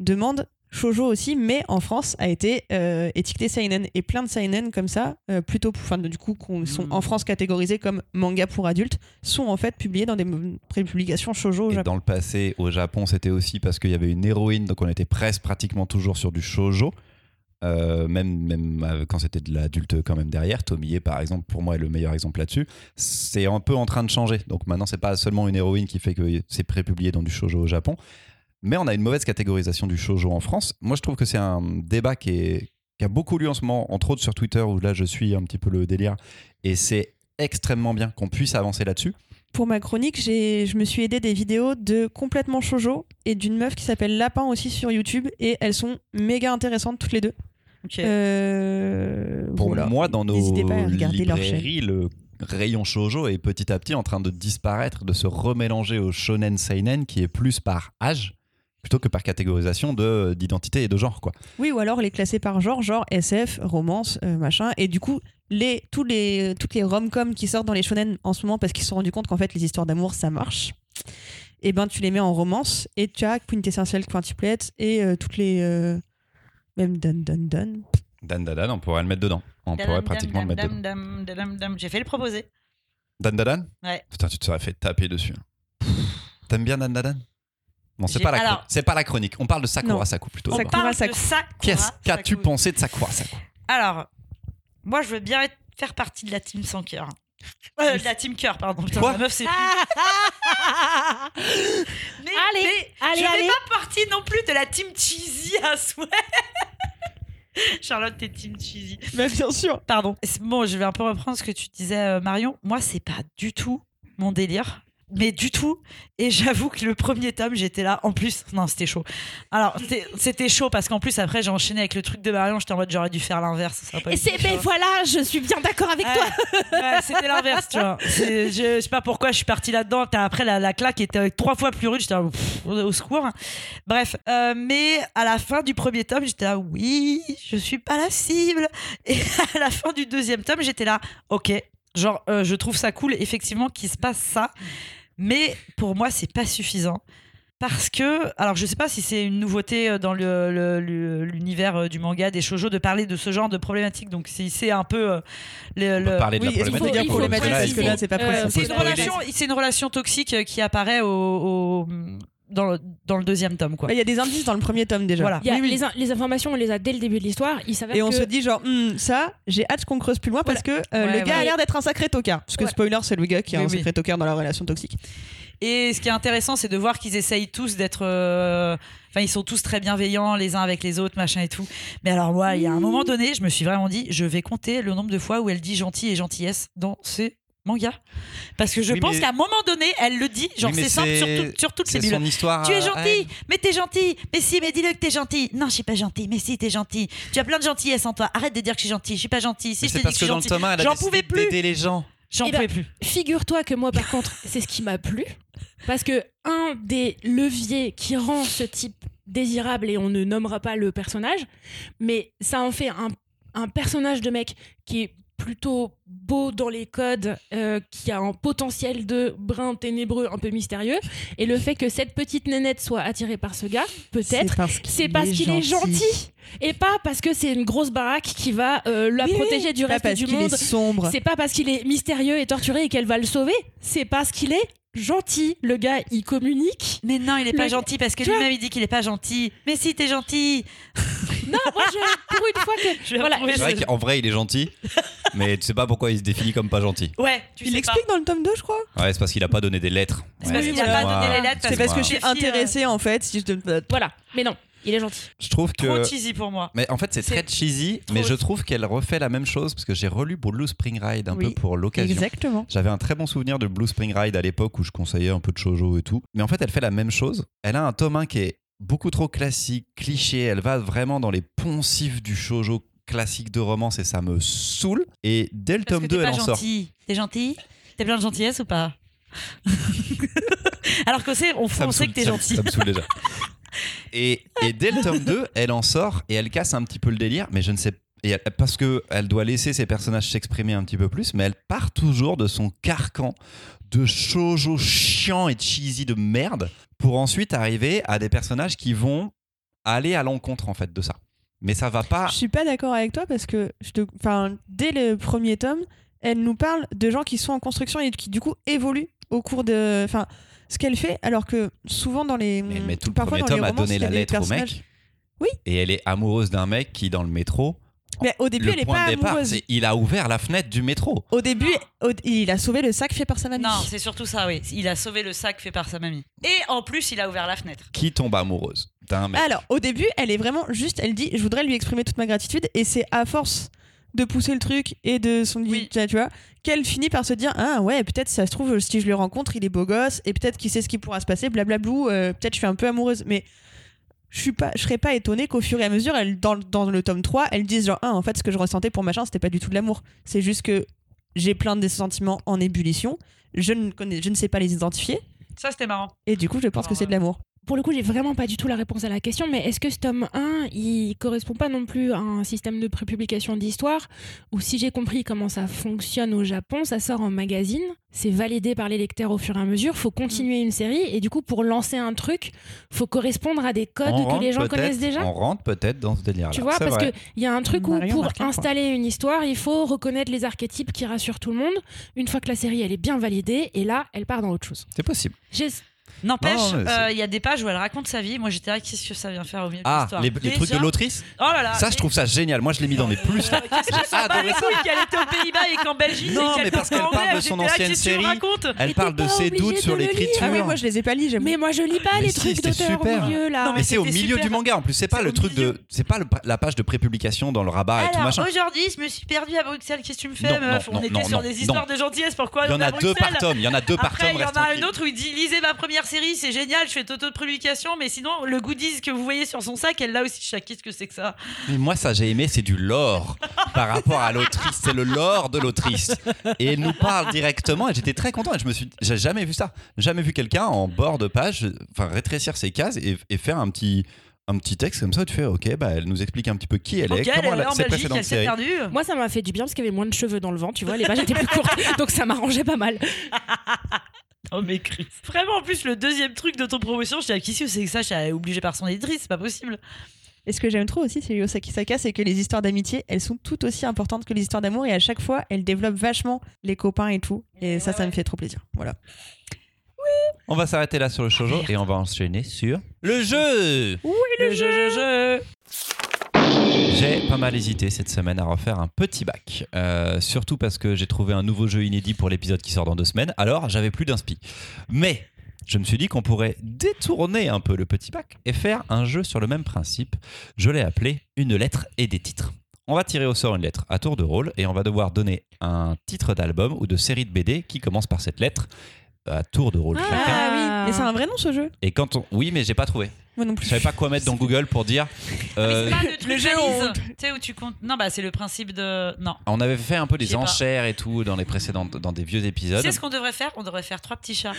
demandent. shoujo aussi, mais en France a été euh, étiqueté seinen et plein de seinen comme ça, euh, plutôt pour, enfin, du coup, qu'on sont Mm. en France catégorisés comme manga pour adultes, sont en fait publiés dans des m- publications shoujo. au Et Japon. dans le passé, au Japon, c'était aussi parce qu'il y avait une héroïne, donc on était presque pratiquement toujours sur du shoujo. Euh, même même euh, quand c'était de l'adulte quand même derrière, Tomie par exemple pour moi est le meilleur exemple là-dessus. C'est un peu en train de changer. Donc maintenant c'est pas seulement une héroïne qui fait que c'est prépublié dans du shoujo au Japon, mais on a une mauvaise catégorisation du shoujo en France. Moi je trouve que c'est un débat qui, est, qui a beaucoup lieu en ce moment, entre autres sur Twitter où là je suis un petit peu le délire et c'est extrêmement bien qu'on puisse avancer là-dessus. Pour ma chronique, j'ai- je me suis aidée des vidéos de complètement shoujo et d'une meuf qui s'appelle Lapin aussi sur YouTube et elles sont méga intéressantes toutes les deux. Ok. Euh, pour voilà. moi, dans nos N'hésitez pas à regarder leur chaîne. librairies, le rayon shoujo est petit à petit en train de disparaître, de se remélanger au shonen seinen qui est plus par âge plutôt que par catégorisation de- euh, d'identité et de genre quoi. Oui, ou alors les classer par genre, genre SF, romance, euh, machin. Et du coup, les, tous les, toutes les rom-coms qui sortent dans les shonen en ce moment parce qu'ils se sont rendus compte qu'en fait, les histoires d'amour, ça marche. Et ben, tu les mets en romance et tu as Quintessential Quintuplet et euh, toutes les. euh, même Dun Dun Dun. (laughs) Dan Dan Dan, on pourrait le mettre dedans. On pourrait Dadam, pratiquement le dam, mettre dam, dedans. dam, dadam, dam. J'ai fait le proposer. Dan Dan Dan Ouais. Putain, tu te serais fait taper dessus. hein. T'aimes bien Dan Dan Dan Bon, c'est J'ai- pas, la alors- chronique- c'est pas la chronique. On parle de Sakura Non. Saku plutôt. On d'abord. Sakura, parle Saku- de Sakura, Qu'est-ce qu'as-tu Saku. pensé de Sakura Saku Alors, moi, je veux bien être- faire partie de la team sans (laughs) cœur. Euh, de la team cœur, pardon. Putain, Quoi la meuf, c'est. (laughs) mais, Ah. Allez, mais allez, je allez. fais pas partie non plus de la team cheesy à souhait. (laughs) Charlotte, t'es team cheesy. Bah, bien sûr. Pardon. C'est- Bon, je vais un peu reprendre ce que tu disais, euh, Marion. Moi, c'est pas du tout mon délire. Mais du tout. Et j'avoue que le premier tome, j'étais là. En plus, non, c'était chaud. Alors, c'était- c'était chaud parce qu'en plus, après, j'ai enchaîné avec le truc de Marion. J'étais en mode, j'aurais dû faire l'inverse. ça serait pas hein. Et été c'est, chaud. ben voilà, je suis bien d'accord avec Ah. toi. Ouais, Eh. ouais, c'était l'inverse, tu vois. C'est- Je, je sais pas pourquoi je suis partie là-dedans. T'as- Après, la, la claque était euh, trois fois plus rude. J'étais là, pff, au, au secours. hein. Bref, euh, mais à la fin du premier tome, j'étais là, oui, je suis pas la cible. Et (laughs) à la fin du deuxième tome, j'étais là, ok, genre, euh, je trouve ça cool, effectivement, qu'il se passe ça. Mais pour moi, c'est pas suffisant. Parce que, alors je sais pas si c'est une nouveauté euh, dans le- le- le- l'univers euh, du manga, des shoujo, de parler de ce genre de problématique. Donc si c'est un peu euh, On le- peut le- euh, parler de Oui, la est-ce qu'il faut problématique. dire faut le problématique, préciser. parce que là, c'est pas précis. peut c'est une spoiler. relation, c'est une relation toxique euh, qui apparaît au, au- dans, le, dans le deuxième tome quoi. Bah, Il y a des indices dans le premier tome déjà. Voilà. Il y a Oui, oui. Les, in- les informations, on les a dès le début de l'histoire. Il s'avère Et on que- se dit genre Hmm, ça, j'ai hâte qu'on creuse plus loin parce que euh, Ouais, le gars ouais. a l'air d'être un sacré tocard. Parce que Ouais. spoiler, c'est le gars qui est Oui, un oui. sacré tocard dans la relation toxique. Et ce qui est intéressant, c'est de voir qu'ils essayent tous d'être, euh, enfin ils sont tous très bienveillants les uns avec les autres, machin et tout. Mais alors moi, il y a un moment donné, je me suis vraiment dit, je vais compter le nombre de fois où elle dit gentil et gentillesse dans ce manga, parce que je Oui, pense mais- qu'à un moment donné, elle le dit, genre Oui, mais c'est simple sur, c'est- tout- sur toutes ces C'est bulles. son histoire. Tu es euh, à elle. gentil, mais t'es gentil. Mais si, mais dis-le que t'es gentil. Non, je suis pas gentil, mais si, t'es gentil. Tu as plein de gentillesse en toi. Arrête de dire que je suis gentil. Je suis pas gentil. Si Mais C'est je te dis que je parce que suis dans le gentil, tome 1, elle a J'en décidé pouvais plus. d'aider les gens. j'en Eh ben, pouvais plus. Figure-toi que moi, par contre, c'est ce qui m'a plu. Parce que un des leviers qui rend ce type désirable, et on ne nommera pas le personnage, mais ça en fait un, un personnage de mec qui est plutôt beau dans les codes, euh, qui a un potentiel de brin ténébreux un peu mystérieux. Et le fait que cette petite nénette soit attirée par ce gars, peut-être, parce c'est parce qu'il est gentil et pas parce que c'est une grosse baraque qui va euh, la Oui, oui, protéger du Pas reste parce du qu'il monde. est sombre. C'est pas parce qu'il est mystérieux et torturé et qu'elle va le sauver, c'est parce qu'il est gentil. Le gars, il communique. Mais non, il est Le- pas gentil parce que Tu vois lui-même il dit qu'il est pas gentil. Mais si, t'es gentil. Non, moi, je- pour une fois que. (laughs) Je vais Voilà, retrouver je- C'est vrai qu'en vrai, il est (laughs) gentil, mais tu sais pas pourquoi il se définit comme pas gentil. Ouais, tu Il sais pas. explique dans le tome 2, je crois. Ouais, c'est parce qu'il a pas donné des lettres. C'est parce Ouais, qu'il a excuse-moi. pas donné les lettres. C'est parce que je suis les filles, euh, intéressée en fait. Si je te- Voilà, mais non, il est gentil. Je trouve Trop que. cheesy pour moi. Mais en fait, c'est C'est très cheesy, mais trop- je trouve qu'elle refait la même chose parce que j'ai relu Blue Spring Ride un Oui, peu pour l'occasion. Exactement. J'avais un très bon souvenir de Blue Spring Ride à l'époque où je conseillais un peu de shoujo et tout. Mais en fait, elle fait la même chose. Elle a un tome 1 qui est beaucoup trop classique, cliché. Elle va vraiment dans les poncifs du shoujo classique de romance et ça me saoule. Et dès le Parce que tome 2, t'es elle pas en sort. gentil. T'es gentil T'es plein de gentillesse ou pas (laughs) Alors qu'on sait, on, Ça on me sait saoule, que t'es ça me- gentil. ça me saoule déjà. (laughs) Et, et dès le tome 2, elle en sort et elle casse un petit peu le délire, mais je ne sais et elle- parce que elle doit laisser ses personnages s'exprimer un petit peu plus, mais elle part toujours de son carcan de shoujo chiant et cheesy de merde pour ensuite arriver à des personnages qui vont à aller à l'encontre en fait de ça. Mais ça va pas. Je suis pas d'accord avec toi parce que je te... enfin, dès le premier tome, elle nous parle de gens qui sont en construction et qui du coup évoluent au cours de. Enfin, ce qu'elle fait, alors que souvent dans les. Mais, mais tout le parfois premier dans tome les a romans, donné il y la des lettre au personnages- mec. Oui. Et elle est amoureuse d'un mec qui dans le métro. Mais au début, le elle est point pas de départ, amoureuse. c'est il a ouvert la fenêtre du métro. Au début, au- il a sauvé le sac fait par sa mamie. Non, c'est surtout ça, oui. Il a sauvé le sac fait par sa mamie. Et en plus, il a ouvert la fenêtre. Qui tombe amoureuse d'un mec. Alors, au début, elle est vraiment juste, elle dit Je voudrais lui exprimer toute ma gratitude, et c'est à force de pousser le truc et de son Oui. tu vois, qu'elle finit par se dire Ah ouais, peut-être ça se trouve, si je le rencontre, il est beau gosse, et peut-être qu'il sait ce qui pourra se passer, blablablou, euh, peut-être je suis un peu amoureuse, mais. Je suis pas, je serais pas étonnée qu'au fur et à mesure, elle, dans, dans le tome 3, elle dise genre, ah, en fait, ce que je ressentais pour machin, c'était pas du tout de l'amour. C'est juste que j'ai plein de sentiments en ébullition. Je ne connais, je ne sais pas les identifier. Ça, c'était marrant. Et du coup, je pense que c'est de l'amour. Pour le coup, j'ai vraiment pas du tout la réponse à la question, mais est-ce que ce tome 1, il correspond pas non plus à un système de prépublication d'histoire Ou si j'ai compris comment ça fonctionne au Japon, ça sort en magazine, c'est validé par les lecteurs au fur et à mesure, faut continuer une série, et du coup, pour lancer un truc, faut correspondre à des codes On Ah, que rentre les gens peut-être- connaissent déjà On rentre peut-être dans ce délire-là. Tu vois, C'est parce vrai. qu'il y a un truc où Marion pour marque un point. installer une histoire, il faut reconnaître les archétypes qui rassurent tout le monde. Une fois que la série, elle est bien validée, et là, elle part dans autre chose. C'est possible. J'ai- N'empêche, Non, mais euh, c'est- il y a des pages où elle raconte sa vie. Moi, j'étais là, qu'est-ce que ça vient faire au milieu de Ah, l'histoire les, les Et trucs de tiens, l'autrice Oh là là Ça, je trouve ça génial. Moi, je l'ai mis dans mes plus. là. J'ai (laughs) Ah, adoré ça. qu'elle était aux Pays-Bas et qu'en Belgique, Non, et mais parce était qu'elle en parle de Belgique, son j'étais là, ancienne qu'est-ce que tu série. racontes Elle Mais parle t'es de pas ses obligé doutes de sur le lire. l'écriture. Ah oui, moi, je les ai pas lis, j'avoue. Mais moi, je lis pas Mais les si, trucs c'était d'auteur au super. milieu, là. Non, Mais c'est au c'était milieu super. du manga en plus, c'est pas C'est le au truc milieu. de. C'est pas le- la page de prépublication dans le rabat et tout Alors, machin. aujourd'hui, je me suis perdue à Bruxelles. Qu'est-ce que tu me fais, Non, meuf non, non, On était non, sur non, des histoires de gentillesse. Pourquoi Il y on en est à a deux Bruxelles par tome, il y en a deux par Après, tome, il y en reste a tranquille. un autre où il dit lisez ma première série, c'est génial, je fais Toto de publication, mais sinon le goodies que vous voyez sur son sac, elle l'a aussi. Je sais, qu'est-ce que c'est que ça Mais moi, ça, j'ai aimé, c'est du lore par rapport à l'autrice. C'est le lore de l'autrice. Et elle nous parle directement. Et j'étais très content. Et je me suis, j'ai jamais vu ça. Jamais vu quelqu'un en bord de page, enfin, rétrécir ses cases et, et faire un petit, un petit texte comme ça. Tu fais, ok, bah, elle nous explique un petit peu qui elle est, Ok, elle comment est elle a en ses Belgique, précédentes elle s'est séries. perdue. Moi, ça m'a fait du bien parce qu'il y avait moins de cheveux dans le vent, tu vois, les pages étaient plus courtes, (laughs) donc ça m'arrangeait pas mal. Oh, mais Chris. Vraiment, en plus, le deuxième truc de ton promotion, je dis qu'est-ce que c'est que ça Je suis obligé par son éditrice, c'est pas possible. Et ce que j'aime trop aussi, c'est Yosaki Saka, c'est que les histoires d'amitié, elles sont tout aussi importantes que les histoires d'amour et à chaque fois, elles développent vachement les copains et tout. Et Ouais, ça, ça ouais. me fait trop plaisir. Voilà. On va s'arrêter là sur le Ah, shoujo et on va enchaîner sur le jeu. Le jeu, jeu, jeu. J'ai pas mal hésité cette semaine à refaire un petit bac. Euh, surtout parce que j'ai trouvé un nouveau jeu inédit pour l'épisode qui sort dans deux semaines. Alors, j'avais plus d'inspi. Mais je me suis dit qu'on pourrait détourner un peu le petit bac et faire un jeu sur le même principe. Je l'ai appelé Une lettre et des titres. On va tirer au sort une lettre à tour de rôle et on va devoir donner un titre d'album ou de série de BD qui commence par cette lettre à tour de rôle. Ah. chacun. oui, mais c'est un vrai nom ce jeu. Et quand on... Oui, mais j'ai pas trouvé. Moi non plus. Je savais pas quoi mettre dans Google pour dire. euh, Ah, Mais c'est pas le, truc le jeu, balise, on- Tu sais, où tu comptes. Non, bah, c'est le principe de. Non. On avait fait un peu Je des sais pas. enchères et tout dans les précédentes, dans des vieux Tu épisodes. sais ce qu'on devrait faire On devrait faire trois petits chats.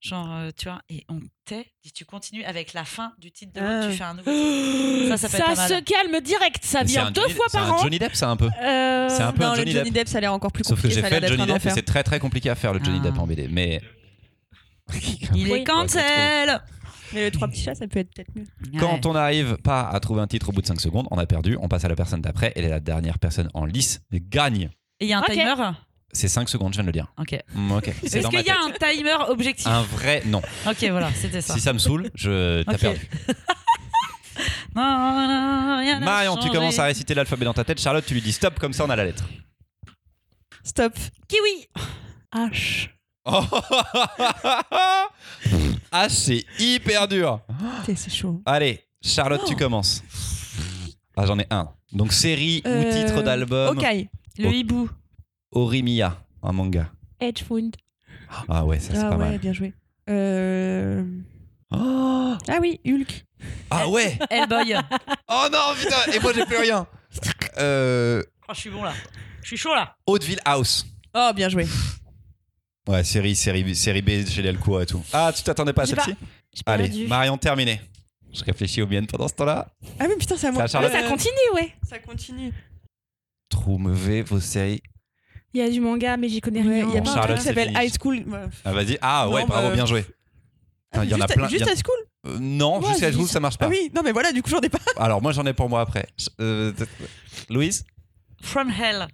Genre, euh, tu vois, et on tait, et tu continues avec la fin du titre de l'autre, Ah. tu fais un nouveau titre. Ça, ça peut être pas mal. se calme direct, ça Mais c'est vient un deux Johnny- fois c'est par un an. Johnny Depp, ça un peu. Euh, C'est un peu non, un le Johnny Johnny Depp. Depp, ça a l'air encore plus Sauf que compliqué. j'ai ça a fait l'air le d'être Johnny un Depp et enfer. c'est très très compliqué à faire le Johnny Ah. Depp en BD. Mais Ah, Il Oui. est cancel Mais les trois petits chats, ça peut être peut-être mieux. quand on n'arrive pas à trouver un titre au bout de 5 secondes, on a perdu, on passe à la personne d'après et la dernière personne en lice gagne. Il y a un Ok. timer C'est 5 secondes, je viens de le dire. Ok. Mm, ok, c'est Est-ce dans ma qu'il y tête. a un timer objectif Un vrai non. Ok, voilà, c'était ça. Si ça me saoule, je t'as Ok. perdu. Non, non, non, rien n'a Marion, tu changé. commences à réciter l'alphabet dans ta tête. Charlotte, tu lui dis stop, comme ça on a la lettre. Stop. Kiwi Ah H. (laughs) Oh, ah, c'est hyper dur. Putain, C'est chaud. Oh. Allez, Charlotte, tu commences. Ah, j'en ai un. Donc, série ou Euh, titre d'album. Ok. Le Oh. hibou. Orimiya, un manga. Edgewood. Ah ouais, ça c'est Ah pas ouais, mal. bien joué. Euh, Oh, Ah oui, Hulk. ah ouais (laughs) Hellboy. Oh non, putain Et moi, j'ai plus rien. Euh, oh, je suis bon là. Je suis chaud là. Hauteville House. Oh, bien joué. Ouais, série, série, série B chez Delcourt et tout. Ah, tu t'attendais pas à J'ai pas- celle-ci J'ai Allez, perdu. Marion, terminé. Je réfléchis aux miennes pendant ce temps-là. Ah oui, putain, c'est à C'est moi. à Charlotte. Ah, ça continue, ouais. Ça continue. Trop mauvais, vos séries. Il y a du manga, mais j'y connais Ouais, rien. Il y a Bon, pas un Charlotte, truc qui c'est s'appelle fini. High School. Ouais. Ah, vas-y. Ah ouais, Non, bravo, bah, bien joué. Putain, Ah, Il y en a Juste- plein. il y Juste en- High School Euh, non, Ouais, jusqu'à ils- vous, ça marche pas. Ah oui, non mais voilà, du coup j'en ai pas. Alors moi, j'en ai pour moi après. Euh, peut-être- Louise From hell.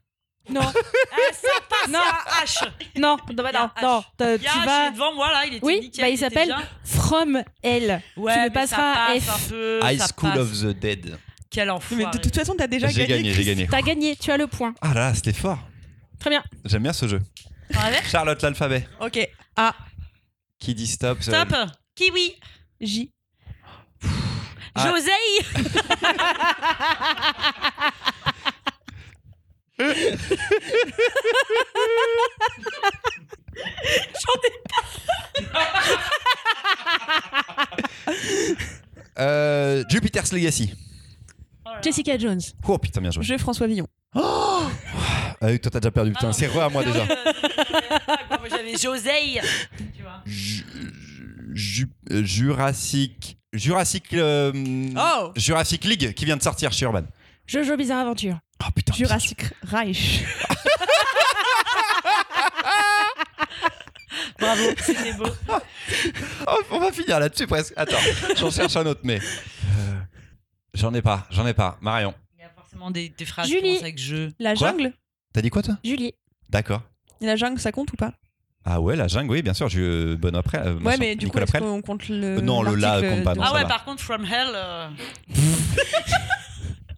Non, Ah, ça passe Non. à (laughs) H. non, non, Y a non, un non, t'as- Il y a tu H vas devant moi là, il était Oui, nickel, bah, il était s'appelle bien. From L. Ouais, tu ne mais passeras ça à passe F. un Euh, peu, High ça School passe. of the Dead. Quel Mais enfoiré. de toute façon, t'as déjà J'ai gagné, j'ai gagné. T'as gagné, tu as le point. Ah là là, c'était fort. Très bien. J'aime bien ce jeu. T'en avais Charlotte l'alphabet. Ok. Ah. A Qui dit stop ça- Stop. Kiwi. J. Ah. Joseille. Euh, Jupiter's Legacy. Jessica Jones. Oh putain, bien joué. Jeu François Villon. Ah, toi, t'as déjà perdu. Putain, Ah. c'est re à moi (laughs) déjà. Moi bah, j'avais Joseille. Tu vois. Ju- Ju- euh, Jurassic. Jurassic. euh, Oh Jurassic League qui vient de sortir chez Urban. Jojo Bizarre Aventure. Oh putain. Jurassic Reich. Bravo, c'était beau. Oh, on va finir là-dessus presque. Attends, j'en cherche un autre, mais. Euh, J'en ai pas, j'en ai pas. Marion, Il y a forcément des, des phrases Julie. qui commencent avec jeu. La Quoi jungle t'as dit quoi toi Julie. D'accord. La jungle, ça compte ou pas Ah ouais, la jungle, oui, bien sûr. Je... Bon après. euh, Ouais, machin. mais du Nicolas coup, est-ce Prel. qu'on compte le. Euh, non, le là l'article compte pas, de- non, Ah ça ouais, va. par contre, From Hell. (laughs) euh,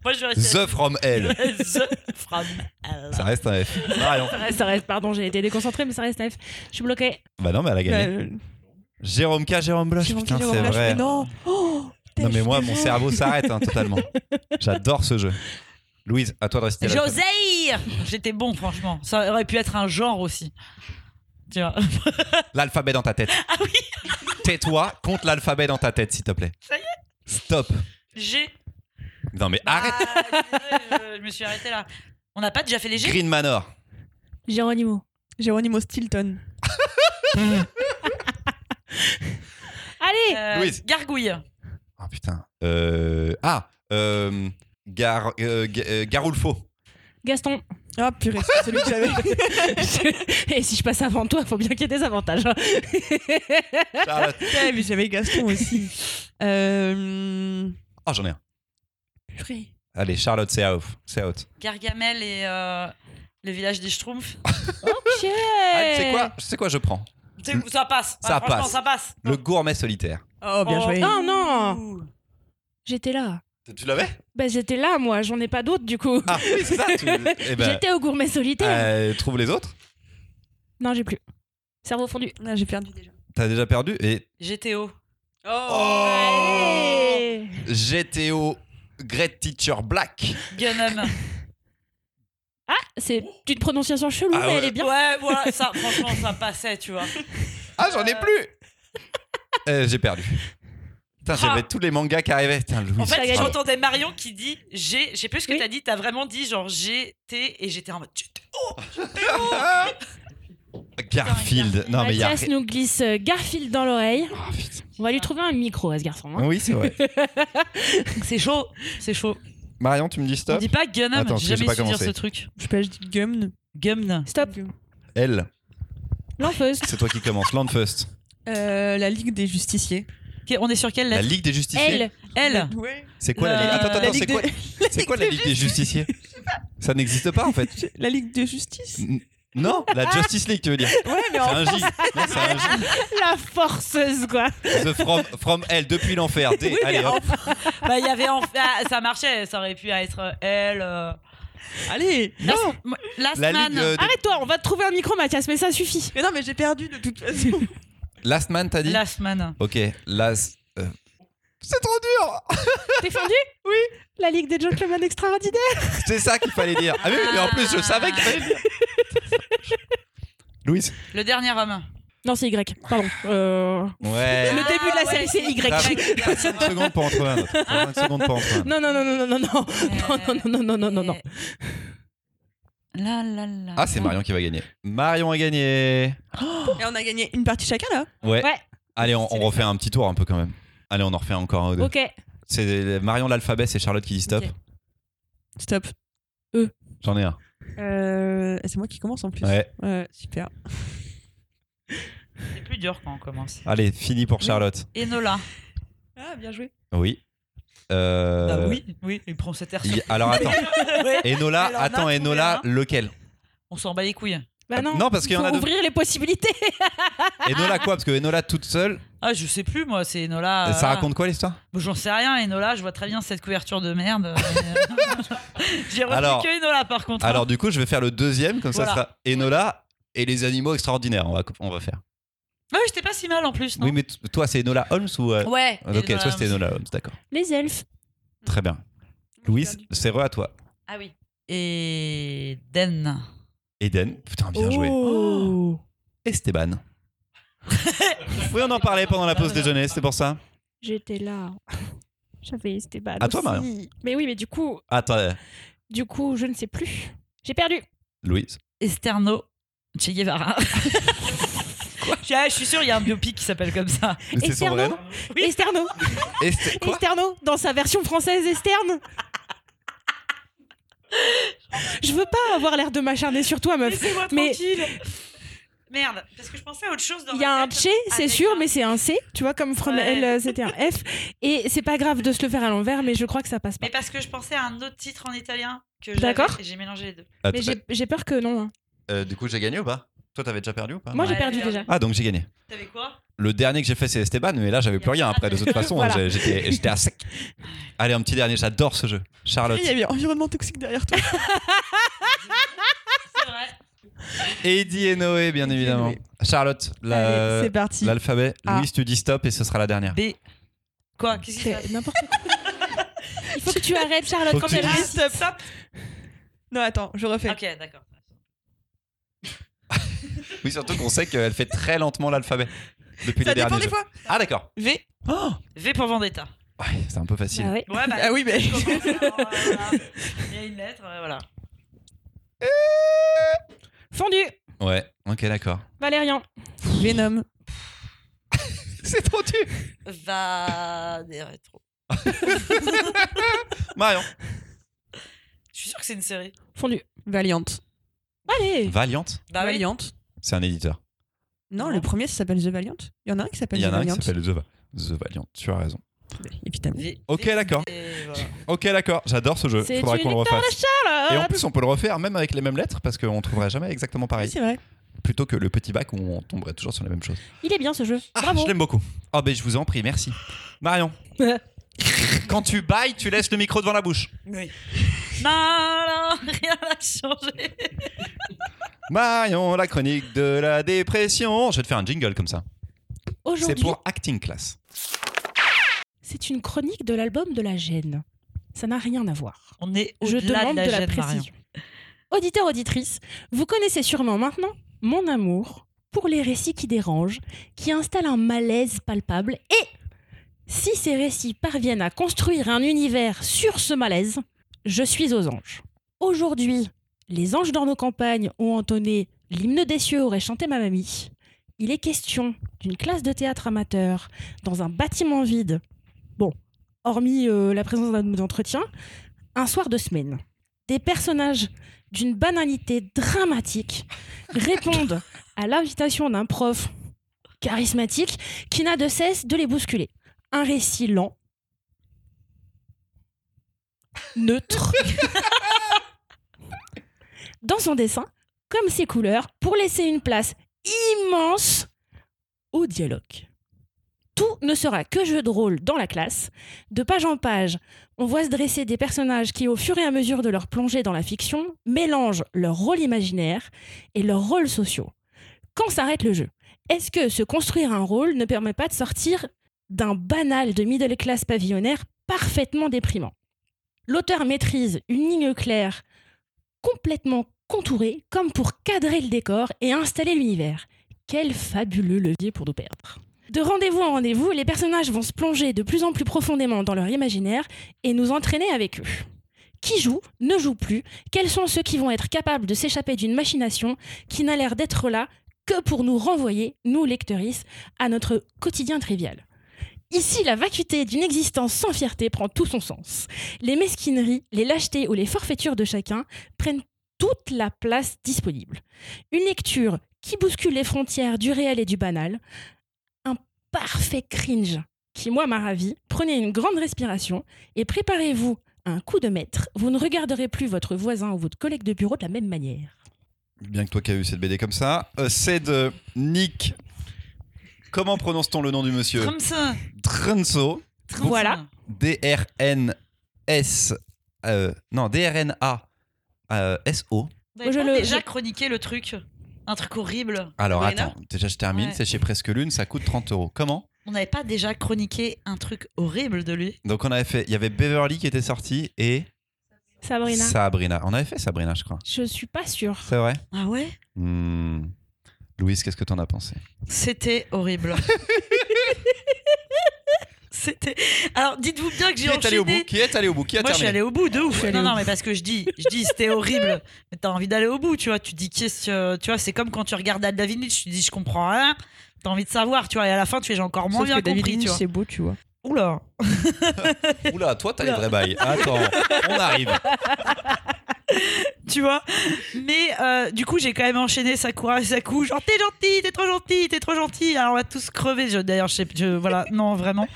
Moi, je vais rester. The From Hell. (laughs) The From Hell. Ça reste un F. Marion. Ça reste, ça reste, pardon, j'ai été déconcentrée, mais ça reste F. Je suis bloquée. Bah non, mais elle a gagné. Euh, Jérôme K, Jérôme Bloch. Jérôme Putain, Jérôme c'est Blache, vrai. mais Non Oh, Non, mais je moi, suis mon désolée. cerveau s'arrête hein, (laughs) totalement. J'adore ce jeu. Louise, à toi de rester là. Joseille J'étais bon, franchement. Ça aurait pu être un genre aussi. Tu vois. L'alphabet dans ta tête. Ah (laughs) oui Tais-toi, compte l'alphabet dans ta tête, s'il te plaît. Ça y est. Stop. G. Non, mais Bah, arrête. Ah, désolé, je, je me suis arrêtée là. On n'a pas déjà fait les G Green Manor. Géronimo. Géronimo Stilton. Allez Euh, Louise. Gargouille. Ah putain. Euh, Ah, euh, Gar, euh, Ga- euh, Garoulfo. Gaston. (laughs) Ah, purée, c'est celui que (laughs) j'avais. Et si je passe avant toi, faut bien qu'il y ait des avantages. hein. Ah, Charlotte. Putain, mais j'avais Gaston aussi. Euh. (laughs) Oh, j'en ai un. Purée. Allez, Charlotte, c'est out. C'est out. Gargamel et euh, le village des Schtroumpfs. Ok. Ah, tu sais quoi, c'est quoi je prends C'est- Ça passe. Ah, Ça franchement, passe. Ça passe. Le gourmet solitaire. Oh, bien Oh. joué. Oh non J'étais là. Tu l'avais Bah j'étais là, moi, j'en ai pas d'autres du coup. Ah oui, c'est ça. tu- Eh ben, J'étais au gourmet solitaire. euh, trouve les autres. Non, j'ai plus. Cerveau fondu. Ah, J'ai perdu déjà. T'as déjà perdu et GTO. Oh. Oh. Allez. GTO Great Teacher Black. Gunham. Ah, c'est une prononciation chelou, Ah mais ouais. elle est bien. Ouais, voilà, ça, franchement, ça passait, tu (laughs) vois. Ah, j'en ai plus Euh, J'ai perdu. Putain, j'avais tous les mangas qui arrivaient. Putain, Louis. En fait, gagné. j'entendais Marion qui dit G, je sais plus ce que Oui. t'as dit, t'as vraiment dit genre G, T, et j'étais en mode tu- tu- (laughs) Garfield. Non, mais il y a. Mathias nous glisse euh, Garfield dans l'oreille. Ah, putain. On va lui trouver un micro à ce garçon. hein. Oui, c'est vrai. C'est chaud, c'est chaud. Marion, tu me dis On stop. dit pas Gunham, Attends, parce que j'ai j'ai jamais pas su dire commencé. ce truc. Je sais pas, je dis Gumn. Gumn. Stop. Elle, Hein (laughs) L'enfeuse. c'est toi qui commence. Landfust. Euh, la Ligue des Justiciers. Ok, On est sur quelle La lettre Ligue des Justiciers. Elle. L. Ouais. C'est quoi la Euh, Ligue Attends, la attends, Ligue c'est des- quoi, c'est quoi la Ligue des Justiciers Ça n'existe pas en fait. (laughs) La Ligue de Justice N- Non, la Justice League, tu veux dire. Ouais, C'est mais en un J. Non, c'est un J. La forceuse, quoi. The from, from Hell, depuis l'enfer. D. Oui, mais Allez, hop. Bah, il y avait en ah, ça marchait, ça aurait pu être L. euh, Allez Last- moi- Last La Man. Ligue. euh, des- Arrête-toi, on va te trouver un micro, Mathias, mais (laughs) ça suffit. Mais non, mais j'ai perdu de toute (laughs) façon. Last Man, t'as dit Last Man. Ok, Last. euh, C'est trop dur T'es fendu Oui. La Ligue des Gentlemen Extraordinaires. C'est ça qu'il fallait dire. Ah oui, mais en plus, je savais qu'il fallait le dire. Louise. Le dernier homme. Non, c'est Y. Pardon. Euh, Ouais. (laughs) Ah, Le début de la série, c'est T'as Y. (laughs) 5 secondes pour en trouver un autre. T'as 5 secondes pour en trouver un autre. Non, non, non, non, non, non, non. Non, non, non, non, non, non, non. La la la. Ah, c'est Marion qui va gagner. Marion a gagné. Et on a gagné une partie chacun là Ouais. Ouais. Allez, on, on refait un petit tour un peu quand même. Allez, on en refait encore un ou deux. Ok. C'est Marion l'alphabet, c'est Charlotte qui dit stop. Ok. Stop. J'en ai un. Euh, c'est moi qui commence en plus. Ouais. Ouais, super. C'est plus dur quand on commence. Allez, fini pour Charlotte. Enola. Ah, bien joué. Oui. Euh, Bah oui, oui, il prend cet air. il- Alors attends. (laughs) Ouais, Enola, Elle en a attends, trouvé Enola, un. Ah lequel On s'en bat les couilles. Bah non, Non, parce qu'il y en faut a deux. ouvrir les possibilités. Enola quoi Parce que Enola toute seule, Ah, je sais plus, moi, c'est Enola. Euh, ça raconte quoi l'histoire Bon, J'en sais rien, Enola, je vois très bien cette couverture de merde. euh, mais- euh, (laughs) J'ai repris Alors- que Enola, par contre. hein. Alors du coup, je vais faire le deuxième, comme ça, ça Ah. Voilà. sera Enola et les animaux extraordinaires. On va, on va faire. Ah oui, j'étais pas si mal en plus, non Oui, mais t- toi, c'est Enola Holmes ou euh, Ouais. Ok, Enola toi, c'était Ah. Oh, Holmes. Mm. Enola Holmes, d'accord. Les elfes. Très bien. Louise, c'est re à toi. Ah oui. Et Den. Eden, putain, bien joué. Oh. Esteban. (laughs) oui, on en parlait pendant la pause déjeuner, c'est pour ça. J'étais là. (laughs) J'avais Esteban. À toi, aussi. Mais oui, mais du coup, Attends, du coup, je ne sais plus. J'ai perdu. Louise. Esterno. Che (laughs) Guevara. Quoi Je je suis sûre, il y a un biopic qui s'appelle comme ça. C'est son vrai nom Oui. Esterno. Est- quoi Esterno, dans sa version française externe. Je veux pas avoir l'air de m'acharner sur toi, meuf. Laissez-moi Mais- tranquille. Merde, parce que je pensais à autre chose. dans Il ma y a un tête. Tché, c'est avec sûr, un- mais c'est un C. Tu vois, comme From Ouais. Hell, euh, c'était un F. Et c'est pas grave de se le faire à l'envers, mais je crois que ça passe pas. Mais parce que je pensais à un autre titre en italien que j'avais, D'accord. et J'ai mélangé les deux. Attends, Mais j'ai- j'ai peur que non. hein. Euh, du coup, j'ai gagné ou pas Toi, t'avais déjà perdu ou pas Moi, j'ai Ouais, perdu perdu. déjà. Ah, donc j'ai gagné. T'avais quoi Le dernier que j'ai fait, c'est Esteban, mais là, j'avais plus rien après. De (laughs) toute façon, hein, Voilà. j'ai- j'étais j'étais à sec. Allez, un petit dernier, j'adore ce jeu. Charlotte. Il y avait environnement toxique derrière toi. C'est vrai. Eddie et Noé, bien Eddie et évidemment. Noé. Charlotte, la- Allez, c'est parti. l'alphabet. Ah. Louise, tu dis stop et ce sera la dernière. B. Quoi Qu'est-ce qui se passe C'est n'importe quoi. Il faut que tu arrêtes, Charlotte, Faut quand que tu- elle Ah, réussit. stop, stop. Non, attends, je refais. Ah, Ok, d'accord. Oui, surtout qu'on sait qu'elle fait très lentement l'alphabet depuis Ça les dépend derniers. des jeux. fois. Ah, d'accord. V. Oh V pour Vendetta. Ouais, c'est un peu facile. Ah ouais. Ouais, bah, Ah oui, mais. je commence par, euh, voilà. Il y a une lettre, euh, voilà. Fondu, Bah Ouais, ok, d'accord. Valérian. Venom. (laughs) C'est trop dur. Va des rétro. Marion. Je suis sûre que c'est une série. Fondu. Valiant. Allez. Valiante, Bah oui. Valiant. c'est un éditeur. Non, Non. le premier, ça s'appelle The Valiant. Il y en a un qui s'appelle Il The y en a un qui Valiant. s'appelle The, Va- The Valiant, tu as raison. Évidemment. V- Ok, V- d'accord. et voilà. Ok, d'accord, j'adore ce jeu. C'est Faudra une qu'on le victoire refasse. Et en plus, on peut le refaire même avec les mêmes lettres parce qu'on trouverait jamais exactement Oui, pareil. c'est vrai. Plutôt que le petit bac où on tomberait toujours sur la même chose. Il est bien ce jeu. Ah, Bravo. je l'aime beaucoup. Oh, ben je vous en prie, merci. (laughs) Marion. Quand tu bailles, tu laisses le micro devant la bouche. Oui. Non, (laughs) non, rien n'a changé. Marion, la chronique de la dépression. Je vais te faire un jingle comme ça. C'est Aujourd'hui, pour Acting Class. c'est une chronique de l'album de la gêne. Ça n'a rien à voir. On est Je au-delà demande de de la, la gêne, Marion. précision. Auditeur, auditrice, vous connaissez sûrement maintenant mon amour pour les récits qui dérangent, qui installent un malaise palpable et si ces récits parviennent à construire un univers sur ce malaise, je suis aux anges. Aujourd'hui, les anges dans nos campagnes ont entonné l'hymne des cieux aurait chanté ma mamie. Il est question d'une classe de théâtre amateur dans un bâtiment vide. Bon, hormis euh, la présence d'un entretien, un soir de semaine. Des personnages d'une banalité dramatique répondent à l'invitation d'un prof charismatique qui n'a de cesse de les bousculer. Un récit lent, neutre, (laughs) dans son dessin, comme ses couleurs, pour laisser une place immense au dialogue. Tout ne sera que jeu de rôle dans la classe, de page en page, on voit se dresser des personnages qui, au fur et à mesure de leur plongée dans la fiction, mélangent leur rôle imaginaire et leurs rôles sociaux. Quand s'arrête le jeu Est-ce que se construire un rôle ne permet pas de sortir d'un banal de middle class pavillonnaire parfaitement déprimant L'auteur maîtrise une ligne claire, complètement contourée, comme pour cadrer le décor et installer l'univers. Quel fabuleux levier pour nous perdre de rendez-vous en rendez-vous, les personnages vont se plonger de plus en plus profondément dans leur imaginaire et nous entraîner avec eux. Qui joue, ne joue plus, quels sont ceux qui vont être capables de s'échapper d'une machination qui n'a l'air d'être là que pour nous renvoyer, nous lectrices, à notre quotidien trivial. Ici, la vacuité d'une existence sans fierté prend tout son sens. Les mesquineries, les lâchetés ou les forfaitures de chacun prennent toute la place disponible. Une lecture qui bouscule les frontières du réel et du banal, un parfait cringe qui, moi, m'a ravi. Prenez une grande respiration et préparez-vous à un coup de maître. Vous ne regarderez plus votre voisin ou votre collègue de bureau de la même manière. Bien que toi qui as eu cette BD comme ça. Euh, c'est de Nick. Comment prononce-t-on le nom du monsieur Comme ça. Trunso. Comme Voilà. ça. D-R-N-S. euh, non, D-R-N-A. euh, S-O. Vous avez Je pas le- déjà je- chroniqué le truc Un truc horrible. Alors Voilà. attends, déjà je termine. Ouais. C'est chez Presque Lune, ça coûte 30 euros. Comment On n'avait pas déjà chroniqué un truc horrible de lui Donc on avait fait. Il y avait Beverly qui était sorti et Sabrina, Sabrina. On avait fait Sabrina, je crois. je suis pas sûre. C'est vrai Ah ouais Hmm. Louise, qu'est-ce que t'en as pensé C'était (laughs) horrible. C'était. Alors, dites-vous bien que Qui j'ai est allé au bout enchaîné. Qui est allé au bout Qui a Moi, je suis terminé allée au bout de ouf. suis allée Non, au non, bout. mais parce que je dis, je dis, c'était horrible. Mais t'as envie d'aller au bout, tu vois. Tu dis, qu'est-ce que- tu vois, c'est comme quand tu regardes Al David Lynch, tu dis, je comprends rien. T'as envie de savoir, tu vois. Et à la fin, tu fais, j'ai encore moins Sauf bien que David compris, Lynch, tu vois. c'est beau, tu vois. Oula. Oula, toi, t'as les vrais bails. Attends, on (laughs) arrive. tu vois. Mais euh, du coup, j'ai quand même enchaîné Sakura et Saku. Genre, t'es gentil, t'es trop gentil, t'es trop gentil. Alors, on va tous crever. Je- D'ailleurs, je sais, je, voilà, non, vraiment.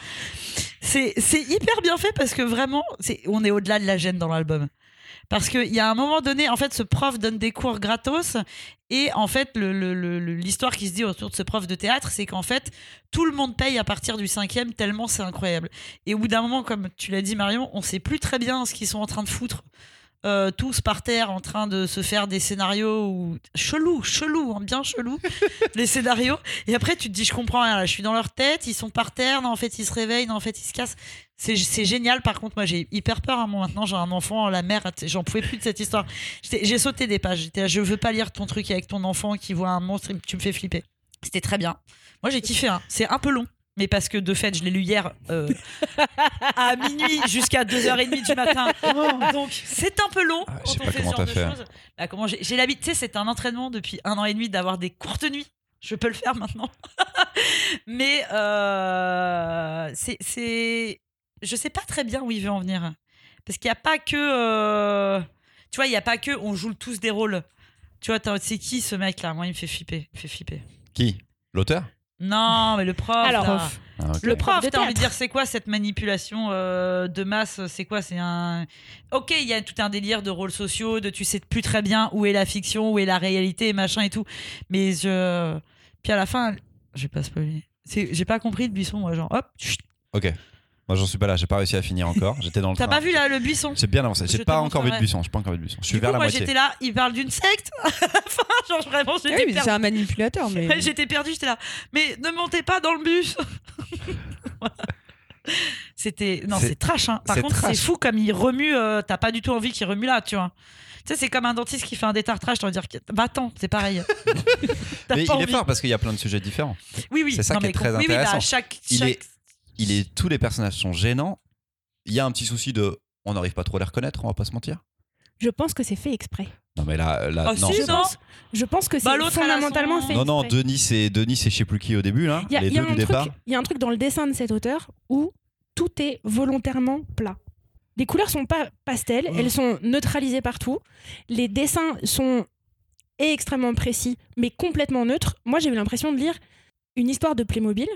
C'est c'est hyper bien fait parce que vraiment, c'est on est au-delà de la gêne dans l'album. Parce qu'il y a un moment donné, en fait, ce prof donne des cours gratos. Et en fait, le- le- le- le- l'histoire qui se dit autour de ce prof de théâtre, c'est qu'en fait, tout le monde paye à partir du cinquième, tellement c'est incroyable. Et au bout d'un moment, comme tu l'as dit, Marion, on sait plus très bien ce qu'ils sont en train de foutre euh, tous par terre en train de se faire des scénarios ou chelou, chelou, hein, bien chelou, les scénarios. Et après, tu te dis, je comprends rien, là, je suis dans leur tête, ils sont par terre, non, en fait, ils se réveillent, non, en fait, ils se cassent. C'est, c'est génial, par contre, moi, j'ai hyper peur, hein, moi, maintenant, j'ai un enfant, la mère, j'en pouvais plus de cette histoire. J'étais- j'ai sauté des pages, j'étais là, je veux pas lire ton truc avec ton enfant qui voit un monstre, et tu me fais flipper. C'était très bien. Moi, j'ai kiffé, hein. c'est un peu long. Mais parce que de fait, je l'ai lu hier euh, (laughs) à minuit jusqu'à 2h30 du matin. Donc c'est un peu long Ah, je quand sais on pas fait comment ce genre de t'as fait. choses. Bah, comment j'ai j'ai l'habitude, tu sais, c'est un entraînement depuis un an et demi d'avoir des courtes nuits. Je peux le faire maintenant. (laughs) Mais euh, c'est- c'est. Je sais pas très bien où il veut en venir. Parce qu'il n'y a pas que. euh, Tu vois, il n'y a pas que. On joue tous des rôles. Tu vois, t'as- c'est qui ce mec-là Moi, il me fait flipper. Il me fait flipper. Qui L'auteur Non, mais le prof. Oh, Alors, là. prof. Ah, ok. Le Le prof, de t'as envie de théâtre. dire c'est quoi cette manipulation euh, de masse C'est quoi C'est un. Ok, il y a tout un délire de rôles sociaux, de tu sais plus très bien où est la fiction, où est la réalité, machin et tout. Mais je. Puis à la fin, j'ai pas spoilé. C'est- J'ai pas compris le buisson, moi, genre hop. chut. Ok. Moi, j'en suis pas là. J'ai pas réussi à finir encore. J'étais dans le T'as train. pas vu là, le buisson J'ai bien avancé. Je J'ai te pas encore vu de montrerai. buisson. J'ai pas encore vu de buisson. Je suis Du coup, vers la moi, moitié. j'étais là, il parle d'une secte. (laughs) enfin, genre vraiment, Ah j'étais oui, mais perdue. c'est un manipulateur, (laughs) mais. Ouais, J'étais perdue, j'étais là. Mais ne montez pas dans le bus. (laughs) Voilà. C'était non, C'est- c'est trash. hein. Par c'est contre, c'est trash. fou comme il remue. euh, T'as pas du tout envie qu'il remue là, tu vois. Tu sais, c'est comme un dentiste qui fait un détartrage. T'as envie de dire, bah attends, (laughs) c'est pareil. T'as Mais pas il est envie. fort parce qu'il y a plein de sujets différents. Oui, oui. C'est ça Non, qui est mais très oui, oui, bah, intéressant. chaque, Il chaque- est- Il est tous les personnages sont gênants. Il y a un petit souci de on n'arrive pas trop à les reconnaître. On va pas se mentir. Je pense que c'est fait exprès. Non mais là, là Ah, euh, non. si, c'est- je, non. pense, je pense que c'est Bah, l'autre, elle a fondamentalement son- fait non, non, exprès. Denis et Denis c'est je sais plus qui au début là. Il y a- les il y a deux un du truc- départ. Il y a un truc dans le dessin de cet auteur où tout est volontairement plat. Les couleurs sont pas pastel, elles sont neutralisées partout. Les dessins sont extrêmement précis, mais complètement neutres. Moi, j'ai eu l'impression de lire une histoire de Playmobil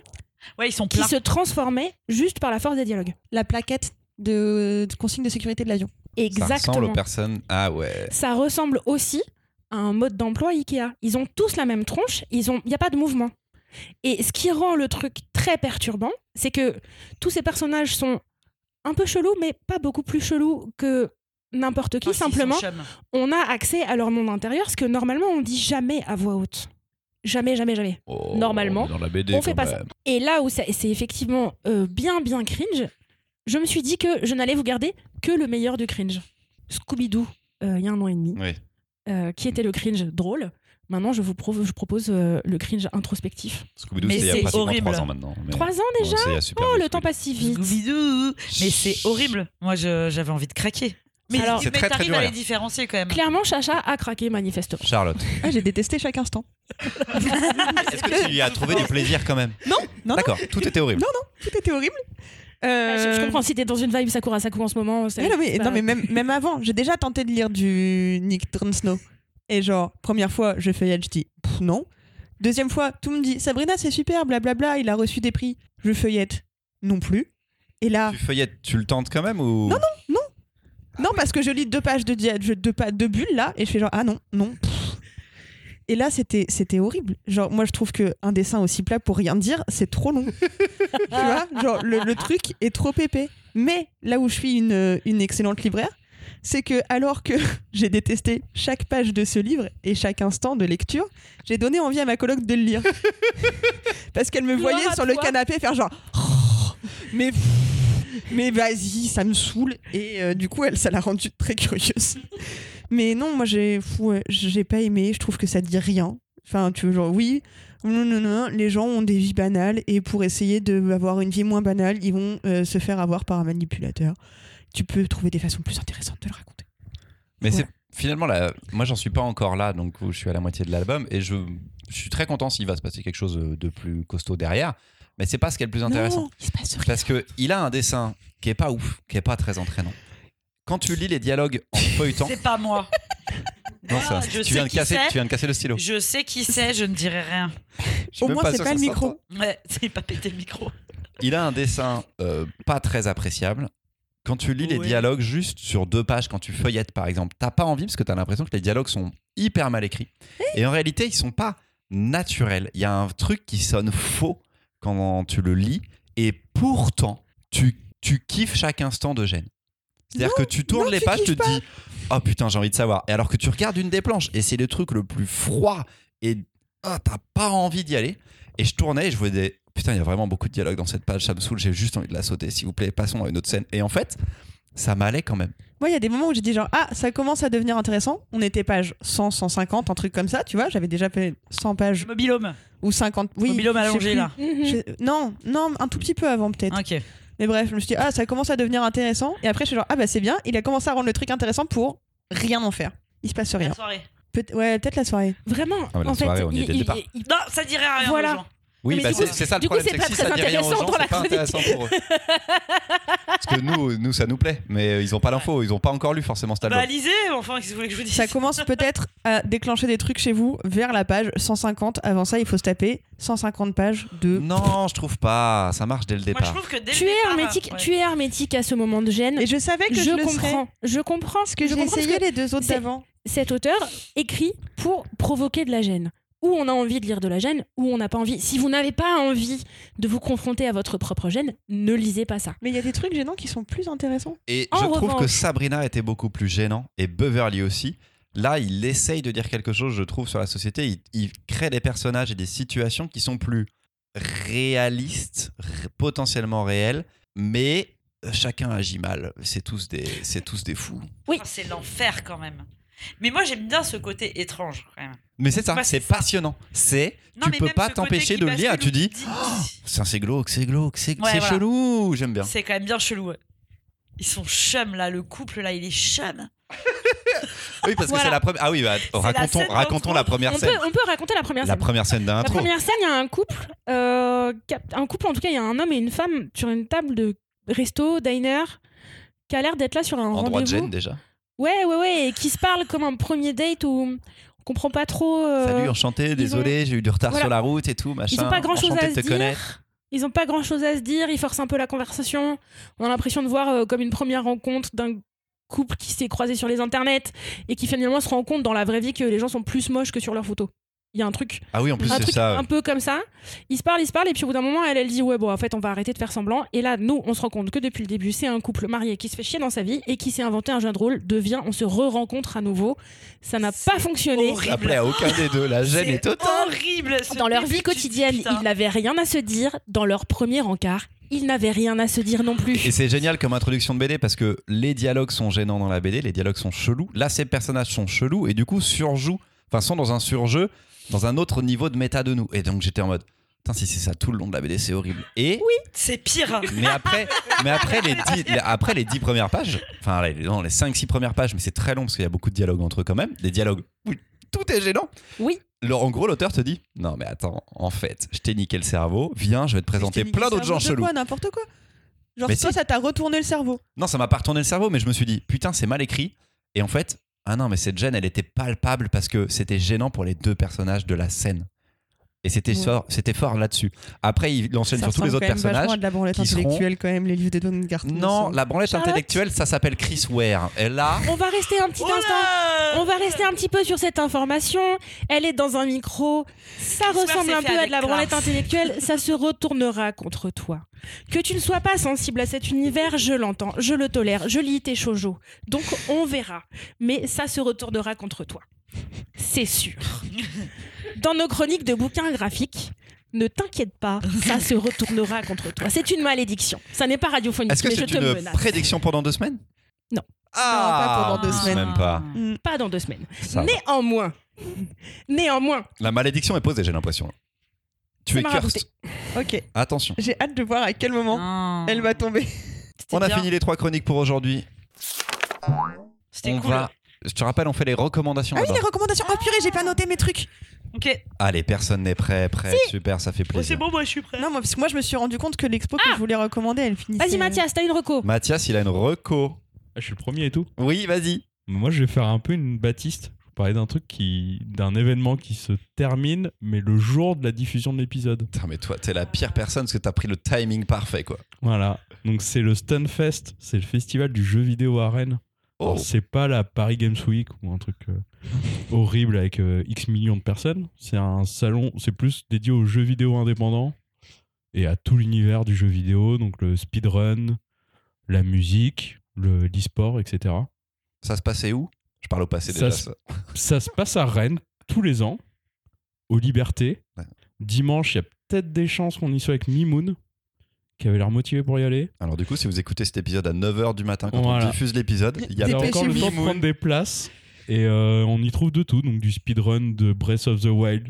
Ouais, ils sont qui plats. se transformait juste par la force des dialogues. La plaquette de, de consigne de sécurité de l'avion. Ça ressemble aux Exactement. personnes. Ah ouais. Ça ressemble aussi à un mode d'emploi Ikea. Ils ont tous la même tronche, il n'y a pas de mouvement. Et ce qui rend le truc très perturbant, c'est que tous ces personnages sont un peu chelous, mais pas beaucoup plus chelous que n'importe qui. Ah, Enfin, s'ils sont Simplement, chums. on a accès à leur monde intérieur, ce que normalement on dit jamais à voix haute. Jamais, jamais, jamais. Oh, Normalement, Dans la BD. on fait quand pas ça. même. Et là où ça- c'est effectivement euh, bien, bien cringe, je me suis dit que je n'allais vous garder que le meilleur du cringe. Scooby-Doo, euh, il y a un an et demi, Oui. euh, qui était le cringe drôle. Maintenant, je vous pro- je propose euh, le cringe introspectif. Scooby-Doo, Mais c'est il y a c'est pratiquement horrible. trois ans maintenant. mais- Trois ans déjà Ouais, c'est il y a super Oh, le longtemps. temps passe si vite. Scooby-Doo. Mais c'est horrible. Moi, je- j'avais envie de craquer. Mais, Alors- C'est mais très, très t'arrives dur, à là. les différencier quand même. Clairement, Chacha a craqué manifestement. Charlotte, Ah, j'ai détesté chaque instant. est-ce que tu y as trouvé du plaisir quand même (laughs) Non, non, non, D'accord, tout était horrible. tout était Bah, horrible. Bah, Je, je Euh, comprends si t'es dans une vibe Sakura Saku en ce moment. c'est- Bah, Mais non, mais, c'est non, pas- mais même, même avant, j'ai déjà tenté de lire du Nick Snow Et genre, première fois, je feuillette, je dis pff, non. Deuxième fois, tout me dit Sabrina, c'est super, blablabla, il a reçu des prix. Je feuillette. non plus. Et là, Tu feuillettes, tu le tentes quand même ou Ah. Non, non, parce que je lis deux pages de, dia- je- deux, pa- deux bulles là, et je fais genre, ah non, non. pff. Et là, c'était c'était horrible. Genre, moi, je trouve que un dessin aussi plat pour rien dire, c'est trop long. (laughs) tu vois Genre, le, le truc est trop épais. Mais là où je suis une, une excellente libraire, c'est que alors que (laughs) j'ai détesté chaque page de ce livre et chaque instant de lecture, j'ai donné envie à ma coloc de (laughs) le lire. parce qu'elle me voyait Pleure à sur le toi. canapé faire genre, (laughs) Oh, mais mais vas-y, ça me saoule. Et euh, du coup, elle, ça l'a rendue très curieuse. (laughs) Mais non, moi, j'ai fou, ouais, j'ai pas aimé. Je trouve que ça dit rien. Enfin, tu veux, genre, oui, non, non, non, les gens ont des vies banales et pour essayer d'avoir une vie moins banale, ils vont euh, se faire avoir par un manipulateur. Tu peux trouver des façons plus intéressantes de le raconter. Mais Ouais. c'est finalement là. Moi, j'en suis pas encore là, donc je suis à la moitié de l'album et je, je suis très content s'il va se passer quelque chose de plus costaud derrière. Mais c'est pas ce qui est le plus intéressant. Non, il se passe rien. Parce que il a un dessin qui est pas ouf, qui est pas très entraînant. Quand tu lis les dialogues (laughs) en feuilletant, C'est pas moi. non, ça, Ah, je tu sais viens de qui casser, c'est. tu viens de casser le stylo. Je sais qui c'est, je ne dirai rien. Je suis Au même moins, pas c'est sûr pas que le ça micro. Ouais, (laughs) c'est pas pété le micro. Il a un dessin euh, pas très appréciable. Quand tu lis les Ouais. dialogues juste sur deux pages, quand tu feuillettes par exemple, t'as pas envie parce que t'as l'impression que les dialogues sont hyper mal écrits. Eh Et en réalité, ils sont pas naturels. Il y a un truc qui sonne faux quand tu le lis. Et pourtant, tu, tu kiffes chaque instant de gêne. C'est-à-dire que tu tournes non, les tu pages, tu kiffes te dis Oh putain, j'ai envie de savoir. Et alors que tu regardes une des planches, et c'est le truc le plus froid, et ah, t'as pas envie d'y aller. Et je tournais et je voyais des. Putain, il y a vraiment beaucoup de dialogues dans cette page, ça me saoule, j'ai juste envie de la sauter, s'il vous plaît, passons à une autre scène. Et en fait, ça m'allait quand même. Moi, il y a des moments où j'ai dit genre, ah, ça commence à devenir intéressant. On était page 100, 150, un truc comme ça, tu vois. J'avais déjà fait 100 pages Mobilhome. ou 50. Oui, Mobilhome je sais allongé plus. là. Mhm. Je- Non, non, un tout petit peu avant peut-être. Ok. Mais bref, je me suis dit, ah, ça commence à devenir intéressant. Et après, je suis genre, ah, bah c'est bien. Il a commencé à rendre le truc intéressant pour rien en faire. Il se passe rien. La soirée. Peut- ouais, peut-être la soirée. Vraiment, Ah, mais la en fait, soirée, on y est il- dès le il- départ. il- Non, ça dirait rien. Voilà. Aux gens. Oui, Mais bah du c'est coup, c'est ça le du coup, problème, c'est c'est pas que si très ça dit rien aux intéressant gens, pour la c'est pas chronique. intéressant (laughs) pour eux. Parce que nous, nous, ça nous plaît, mais euh, ils ont pas l'info, ils ont pas encore lu forcément cet album. Bah, lisez, enfin, qu'est-ce que vous voulez que je vous dise Ça commence peut-être à déclencher des trucs chez vous vers la page 150. Avant ça, il faut se taper 150 pages de. Non, je trouve pas, ça marche dès le Moi, je départ. trouve que dès Tu le es départ, hermétique, ouais. tu es hermétique à ce moment de gêne. Et je savais que je, je, le serais. comprends, je comprends Parce que je j'ai comprends essayé que les deux autres c'est- d'avant. cet auteur écrit pour provoquer de la gêne. Ou on a envie de lire de la gêne, ou on n'a pas envie. Si vous n'avez pas envie de vous confronter à votre propre gêne, ne lisez pas ça. Mais il y a des trucs gênants qui sont plus intéressants. Et En je trouve que revanche- Sabrina était beaucoup plus gênant et Beverly aussi. Là, il essaye de dire quelque chose, je trouve, sur la société. Il, il crée des personnages et des situations qui sont plus réalistes, r- potentiellement réelles, mais euh, chacun agit mal. C'est tous des, c'est tous des fous. Oui. Ah, c'est l'enfer quand même. Mais moi, j'aime bien ce côté étrange quand même. Mais c'est ça, Bah, c'est c'est passionnant. C'est, Non, tu mais peux même pas ce côté t'empêcher qui de le bascule lire. où Tu dis, dis, ça c'est glauque, c'est glauque, c'est, Ouais, c'est voilà. chelou. J'aime (laughs) bien. C'est quand même bien chelou. ouais. Ils sont chum là, le couple là, il est chum. Oui, parce que Voilà. c'est la première. Ah oui, bah, racontons, scène racontons d'intro. la première On scène. peut, on peut raconter la première La scène. première scène d'un La intro. première scène, il y a un couple, euh, cap- un couple en tout cas, il y a un homme et une femme sur une table de resto, diner, qui a l'air d'être là sur un Endroit de rendez-vous. gêne déjà. Ouais, ouais, ouais, et qui se parle comme un premier date où on comprend pas trop. euh, Salut, enchanté, désolé, j'ai eu du retard voilà. sur la route et tout, machin. Ils ont pas grand chose enchanté à de se te connaître. dire. Ils ont pas grand chose à se dire. Ils forcent un peu la conversation. On a l'impression de voir euh, comme une première rencontre d'un couple qui s'est croisé sur les internets et qui finalement se rend compte dans la vraie vie que les gens sont plus moches que sur leurs photos. Il y a un truc, Ah oui, en plus, un c'est truc ça. un peu comme ça. Ils se parlent, ils se parlent, et puis au bout d'un moment, elle, elle dit ouais bon, en fait, on va arrêter de faire semblant. Et là, nous, on se rend compte que depuis le début, c'est un couple marié qui se fait chier dans sa vie et qui s'est inventé un jeu de rôle. Devient, on se re-rencontre à nouveau. Ça n'a pas C'est fonctionné. Ça plaît à aucun des deux, la gêne est C'est totale. horrible. ce Dans leur début, vie tu te dis, quotidienne, putain. ils n'avaient rien à se dire. Dans leur premier encart, ils n'avaient rien à se dire non plus. Et c'est génial comme introduction de BD parce que les dialogues sont gênants dans la BD, les dialogues sont chelous. Là, ces personnages sont chelous et du coup surjouent, enfin sont dans un surjeu, dans un autre niveau de méta de nous. Et donc j'étais en mode, putain, si c'est ça tout le long de la BD, c'est horrible. Et C'est pire. Mais après, mais après les dix, les- après les dix premières pages, enfin les- non, les 5 six premières pages, mais c'est très long parce qu'il y a beaucoup de dialogues entre eux quand même. Des dialogues où tout est gênant. Oui. Le- en gros, l'auteur te dit non mais attends, en fait, je t'ai niqué le cerveau. Viens, je vais te présenter Mais je t'ai plein niqué d'autres le gens cerveau de chelous. quoi, N'importe quoi. Genre, Mais toi, si. ça t'a retourné le cerveau. Non, ça m'a pas retourné le cerveau, mais je me suis dit putain, c'est mal écrit. Et en fait, ah non, mais cette gêne, elle était palpable parce que c'était gênant pour les deux personnages de la scène. Et c'était Ouais. fort, c'était fort là-dessus. Après, il enchaîne Ça sur tous les ressemble autres quand même vachement personnages. à de la branlette qui seront- intellectuelle quand même, les livres de Don Carter. Non, la branlette Charlotte intellectuelle, ça s'appelle Chris Ware. Et là, On va rester un petit instant. On va rester un petit peu sur cette information. Elle est dans un micro. Ça J'espère que ressemble c'est un fait peu à avec de la branlette classe. (laughs) intellectuelle. Ça se retournera contre toi. Que tu ne sois pas sensible à cet univers, je l'entends, je le tolère, je lis tes shoujo. Donc on verra. Mais ça se retournera contre toi. (laughs) C'est sûr. Dans nos chroniques de bouquins graphiques, ne t'inquiète pas, ça se retournera contre toi. C'est une malédiction. Ça n'est pas radiophonique, est-ce que mais je c'est te une menace. prédiction pendant deux semaines Non. Ah, Non, pas pendant deux plus semaines. Même pas. Pas dans deux semaines. Ça va. Néanmoins. Néanmoins. La malédiction est posée, j'ai l'impression. Tu Ça es m'a cursed. rabouté. Ok, Attention. j'ai hâte de voir à quel moment elle va tomber. On a fini les trois chroniques pour aujourd'hui. C'était On cool. va. Je te rappelle, on fait les recommandations. Ah oui, d'abord. les recommandations. Oh purée, j'ai pas noté mes trucs. Ok. Allez, personne n'est prêt. Prêt. Super, ça fait plaisir. bon, moi je suis prêt. Non, moi, parce que moi, je me suis rendu compte que l'expo que je voulais recommander, elle finissait. Vas-y Mathias, t'as une reco. Mathias, il a une reco. Ah, Je suis le premier et tout. Oui, vas-y. Moi, je vais faire un peu une Baptiste. Je vais vous parler d'un truc qui. d'un événement qui se termine, mais le jour de la diffusion de l'épisode. Putain, mais toi, t'es la pire personne parce que t'as pris le timing parfait, quoi. Voilà. Donc, c'est le Stunfest. C'est le festival du jeu vidéo à Rennes. Oh, Alors, C'est pas la Paris Games Week ou un truc euh, horrible avec euh, X millions de personnes. C'est un salon, c'est plus dédié aux jeux vidéo indépendants et à tout l'univers du jeu vidéo, donc le speedrun, la musique, le- l'e-sport, etc. ça se passait où Je parle au passé Ça déjà. se- ça. Ça se passe à Rennes tous les ans, aux Libertés. Ouais. Dimanche, il y a peut-être des chances qu'on y soit avec Mimoun, qui avait l'air motivé pour y aller. Alors, du coup, si vous écoutez cet épisode à 9h du matin quand Voilà. on diffuse l'épisode, il y a Il y a encore le temps de Mimoun. prendre des places. Et euh, on y trouve de tout, donc du speedrun de Breath of the Wild,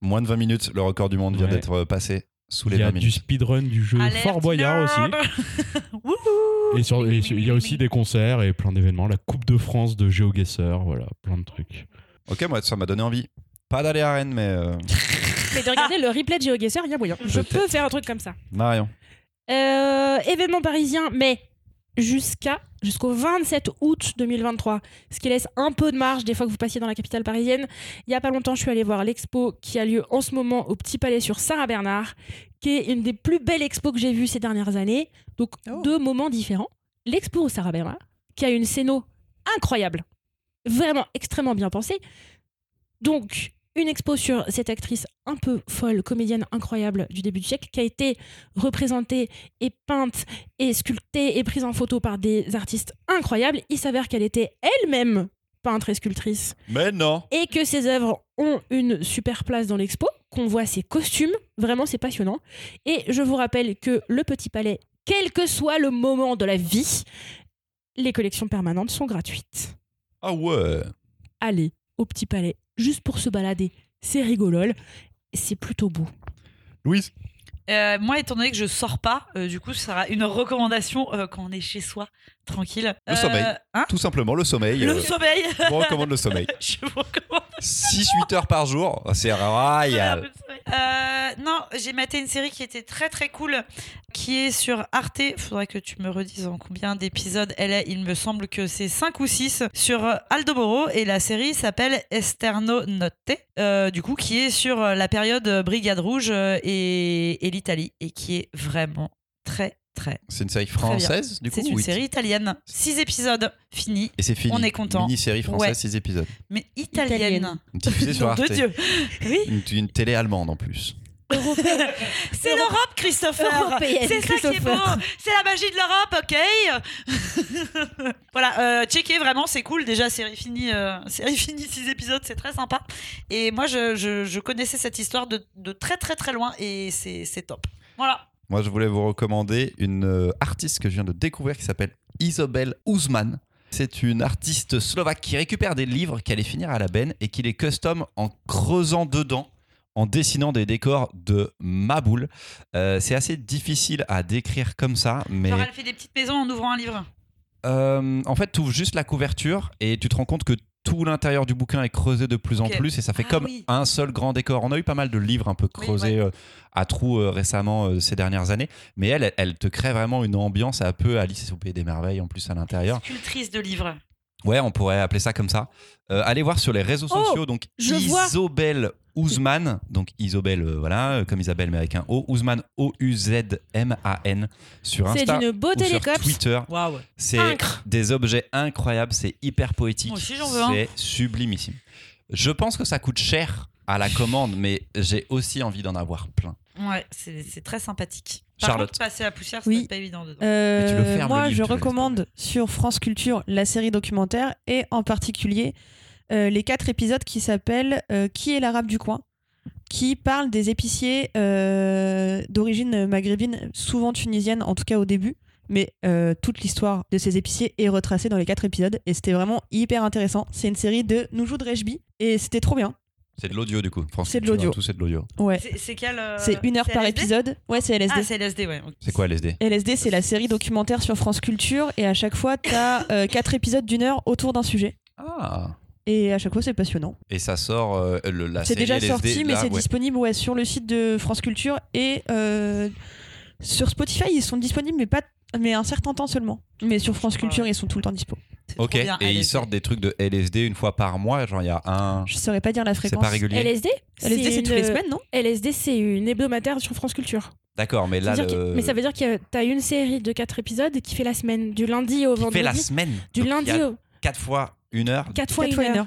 moins de 20 minutes. Le record du monde vient Ouais. d'être euh, passé sous les il y 20 a du minutes. speedrun du jeu Alerte Fort Boyard nerd. aussi. (laughs) Wouhou. Et sur- et sur- il y a aussi des concerts et plein d'événements. La Coupe de France de GeoGuessr, voilà, plein de trucs. Ok, moi, ça m'a donné envie. Pas d'aller à Rennes, mais euh, Mais de regarder le replay de GeoGuessr, il y a moyen. Je Peut-être. peux faire un truc comme ça. Marion. Euh, événement parisien, mais jusqu'à jusqu'au 27 août 2023, ce qui laisse un peu de marge des fois que vous passiez dans la capitale parisienne. Il y a pas longtemps, je suis allée voir l'expo qui a lieu en ce moment au Petit Palais sur Sarah Bernard, qui est une des plus belles expos que j'ai vues ces dernières années. Donc Oh. deux moments différents. L'expo au Sarah Bernard, qui a une scéno incroyable, vraiment extrêmement bien pensée. Donc une expo sur cette actrice un peu folle, comédienne incroyable du début du siècle, qui a été représentée et peinte et sculptée et prise en photo par des artistes incroyables, il s'avère qu'elle était elle-même peintre et sculptrice Mais non et que ses œuvres ont une super place dans l'expo, qu'on voit ses costumes, vraiment c'est passionnant. Et je vous rappelle que le Petit Palais, quel que soit le moment de la vie, les collections permanentes sont gratuites. Ah ouais Allez au Petit Palais juste pour se balader, c'est rigolol, c'est plutôt beau. Louise Euh, moi, étant donné que je sors pas, euh, du coup, ce sera une recommandation euh, quand on est chez soi, tranquille. Le Euh, sommeil. Hein Tout simplement, le sommeil. le euh, sommeil. on recommande le sommeil. (laughs) je vous recommande. 6-8 heures par jour, ah, c'est royal. Euh, non, j'ai maté une série qui était très très cool, qui est sur Arte. Faudrait que tu me redises en combien d'épisodes elle est. Il me semble que c'est 5 ou 6 sur Aldoboro et la série s'appelle Esterno Notte, euh, du coup qui est sur la période Brigade Rouge euh, et, et l'Italie et qui est vraiment très très. C'est une série bien. française, du coup C'est une ou- série italienne. 6 épisodes finis, Et c'est fini. On est content. Mini-série Ouais. française, 6 épisodes. mais italienne. Italienne. (laughs) Diffusée sur Nom Arte. (laughs) de Dieu. Oui. Une, une télé allemande en plus. C'est l'Europe, Christopher. Européenne, C'est ça qui est beau. Christopher. C'est la magie de l'Europe, ok (laughs) Voilà, euh, checker vraiment, c'est cool. Déjà, série finie, euh, série finie, 6 épisodes, c'est très sympa. Et moi, je, je- je connaissais cette histoire de, de très très très loin et c'est c'est top. Voilà. Moi, je voulais vous recommander une euh, artiste que je viens de découvrir qui s'appelle Isobel Ouzman. C'est une artiste slovaque qui récupère des livres qu'elle allait finir à la benne et qui les custom en creusant dedans, en dessinant des décors de Maboule. Euh, c'est assez difficile à décrire comme ça, mais Genre, elle fait des petites maisons en ouvrant un livre. euh, en fait, tu ouvres juste la couverture et tu te rends compte que tout l'intérieur du bouquin est creusé de plus en Ok. plus et ça fait Ah comme oui. un seul grand décor. On a eu pas mal de livres un peu creusés euh, à trous euh, récemment euh, ces dernières années, mais elle, elle te crée vraiment une ambiance un peu Alice au pays des merveilles en plus à l'intérieur. Cultrice de livres. Ouais, on pourrait appeler ça comme ça. Euh, allez voir sur les réseaux Oh, sociaux, donc je vois. Isobel Ouzman, donc Isobel, euh, voilà, euh, comme Isabelle mais avec un O, Ouzman, O-U-Z-M-A-N, sur C'est Insta d'une ou beauté les sur cops. Twitter. Waouh. C'est Incre. des objets incroyables, c'est hyper poétique, Moi aussi, j'en veux un. c'est sublimissime. Je pense que ça coûte cher à la commande, mais j'ai aussi envie d'en avoir plein. Ouais, c'est c'est très sympathique. Par Charlotte. contre, passer à poussière, Oui. c'est pas évident dedans. Euh, Mais tu le fermes, le moi, livre, je tu le laisses pas. recommande sur France Culture la série documentaire et en particulier euh, les quatre épisodes qui s'appellent euh, Qui est l'arabe du coin qui parle des épiciers euh, d'origine maghrébine, souvent tunisienne, en tout cas au début. Mais euh, toute l'histoire de ces épiciers est retracée dans les quatre épisodes et c'était vraiment hyper intéressant. C'est une série de Noujou de Rejbi et c'était trop bien. C'est de l'audio du coup, franchement. C'est de tu vois, l'audio. Tout c'est de l'audio. Ouais. C'est- C'est quel euh, C'est une heure par LSD? épisode. Ouais, c'est LSD. Ah, c'est LSD, ouais. ok. C'est quoi LSD LSD, c'est la série documentaire sur France Culture et à chaque fois, t'as (laughs) euh, quatre épisodes d'une heure autour d'un sujet. Ah Et à chaque fois, c'est passionnant. Et ça sort euh, le- la C'est série déjà LSD, sorti, mais là, c'est ouais. disponible ouais, sur le site de France Culture et euh, sur Spotify, ils sont disponibles, mais pas mais un certain temps seulement. Mais sur France Culture, ils sont tout le temps dispo. C'est trop Ok, bien, et ils LSD. sortent des trucs de LSD une fois par mois, genre il y a un... Je saurais pas dire la C'est fréquence. pas régulier LSD LSD, c'est une- toutes les semaines, non LSD, c'est une hebdomadaire sur France Culture. D'accord, mais là, C'est-à-dire qu'il- le... Mais ça veut dire que t'as une série de 4 épisodes qui fait la semaine, du lundi au qui vendredi. fait la semaine. Du Donc, il lundi y a au. 4 fois une heure 4 fois, Quatre une heure.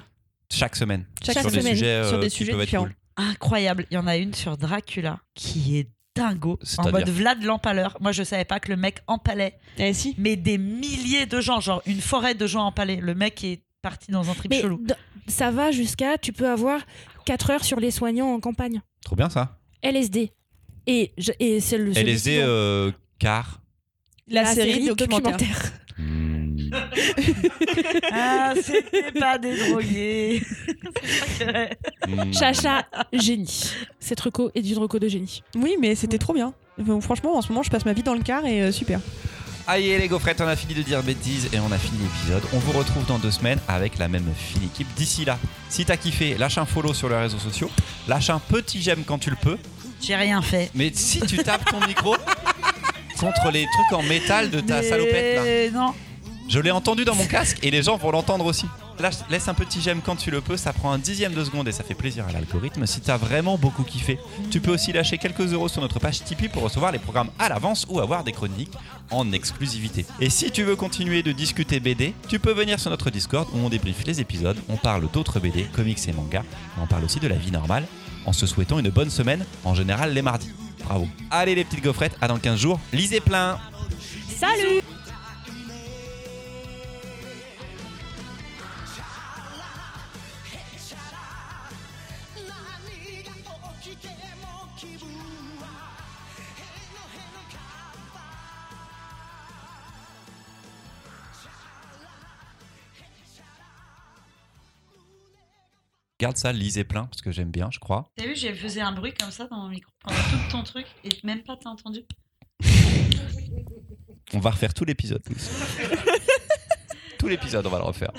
chaque semaine. Chaque sur des semaine. sujets, euh, Sur des qui sujets peuvent être différents. cool. Incroyable. Il y en a une sur Dracula qui est dingo. En C'est-à-dire mode Vlad l'empaleur. Moi, je savais pas que le mec empalait, Eh si. mais des milliers de gens, genre une forêt de gens empalés. Le mec est parti dans un trip Mais (laughs) chelou. d- ça va jusqu'à. Tu peux avoir 4 heures sur les soignants en campagne. Trop bien ça. LSD. Et, je- et c'est le. celui LSD, suivant. euh, car... La, série, documentaire. (laughs) Hmm. Ah, c'était pas des drogués. C'est pas que- Mm. Chacha, génie. C'est Truco et du Truco de génie. Oui, mais c'était trop bien. Bon, franchement, en ce moment, je passe ma vie dans le car et euh, super. Aïe les gaufrettes, on a fini de dire bêtises et on a fini l'épisode. On vous retrouve dans deux semaines avec la même fine équipe. D'ici là, si t'as kiffé, lâche un follow sur les réseaux sociaux, lâche un petit j'aime quand tu le peux, J'ai rien fait. mais si tu tapes ton micro contre les trucs en métal de ta salopette là. Mais Non. Je l'ai entendu dans mon casque et les gens vont l'entendre aussi. Lâche- laisse un petit j'aime quand tu le peux, ça prend un dixième de seconde et ça fait plaisir à l'algorithme. Si t'as vraiment beaucoup kiffé, tu peux aussi lâcher quelques euros sur notre page Tipeee pour recevoir les programmes à l'avance ou avoir des chroniques en exclusivité. Et si tu veux continuer de discuter BD, tu peux venir sur notre Discord où on débriefe les épisodes, on parle d'autres BD, comics et mangas, et on parle aussi de la vie normale en se souhaitant une bonne semaine, en général les mardis. Bravo. Allez les petites gaufrettes, à dans 15 jours, lisez plein Salut Garde ça, lisez plein, parce que j'aime bien, je crois. T'as vu, j'ai faisais un bruit comme ça dans mon micro pendant tout ton truc et même pas t'as entendu. (laughs) On va refaire tout l'épisode. tout l'épisode, on va le refaire.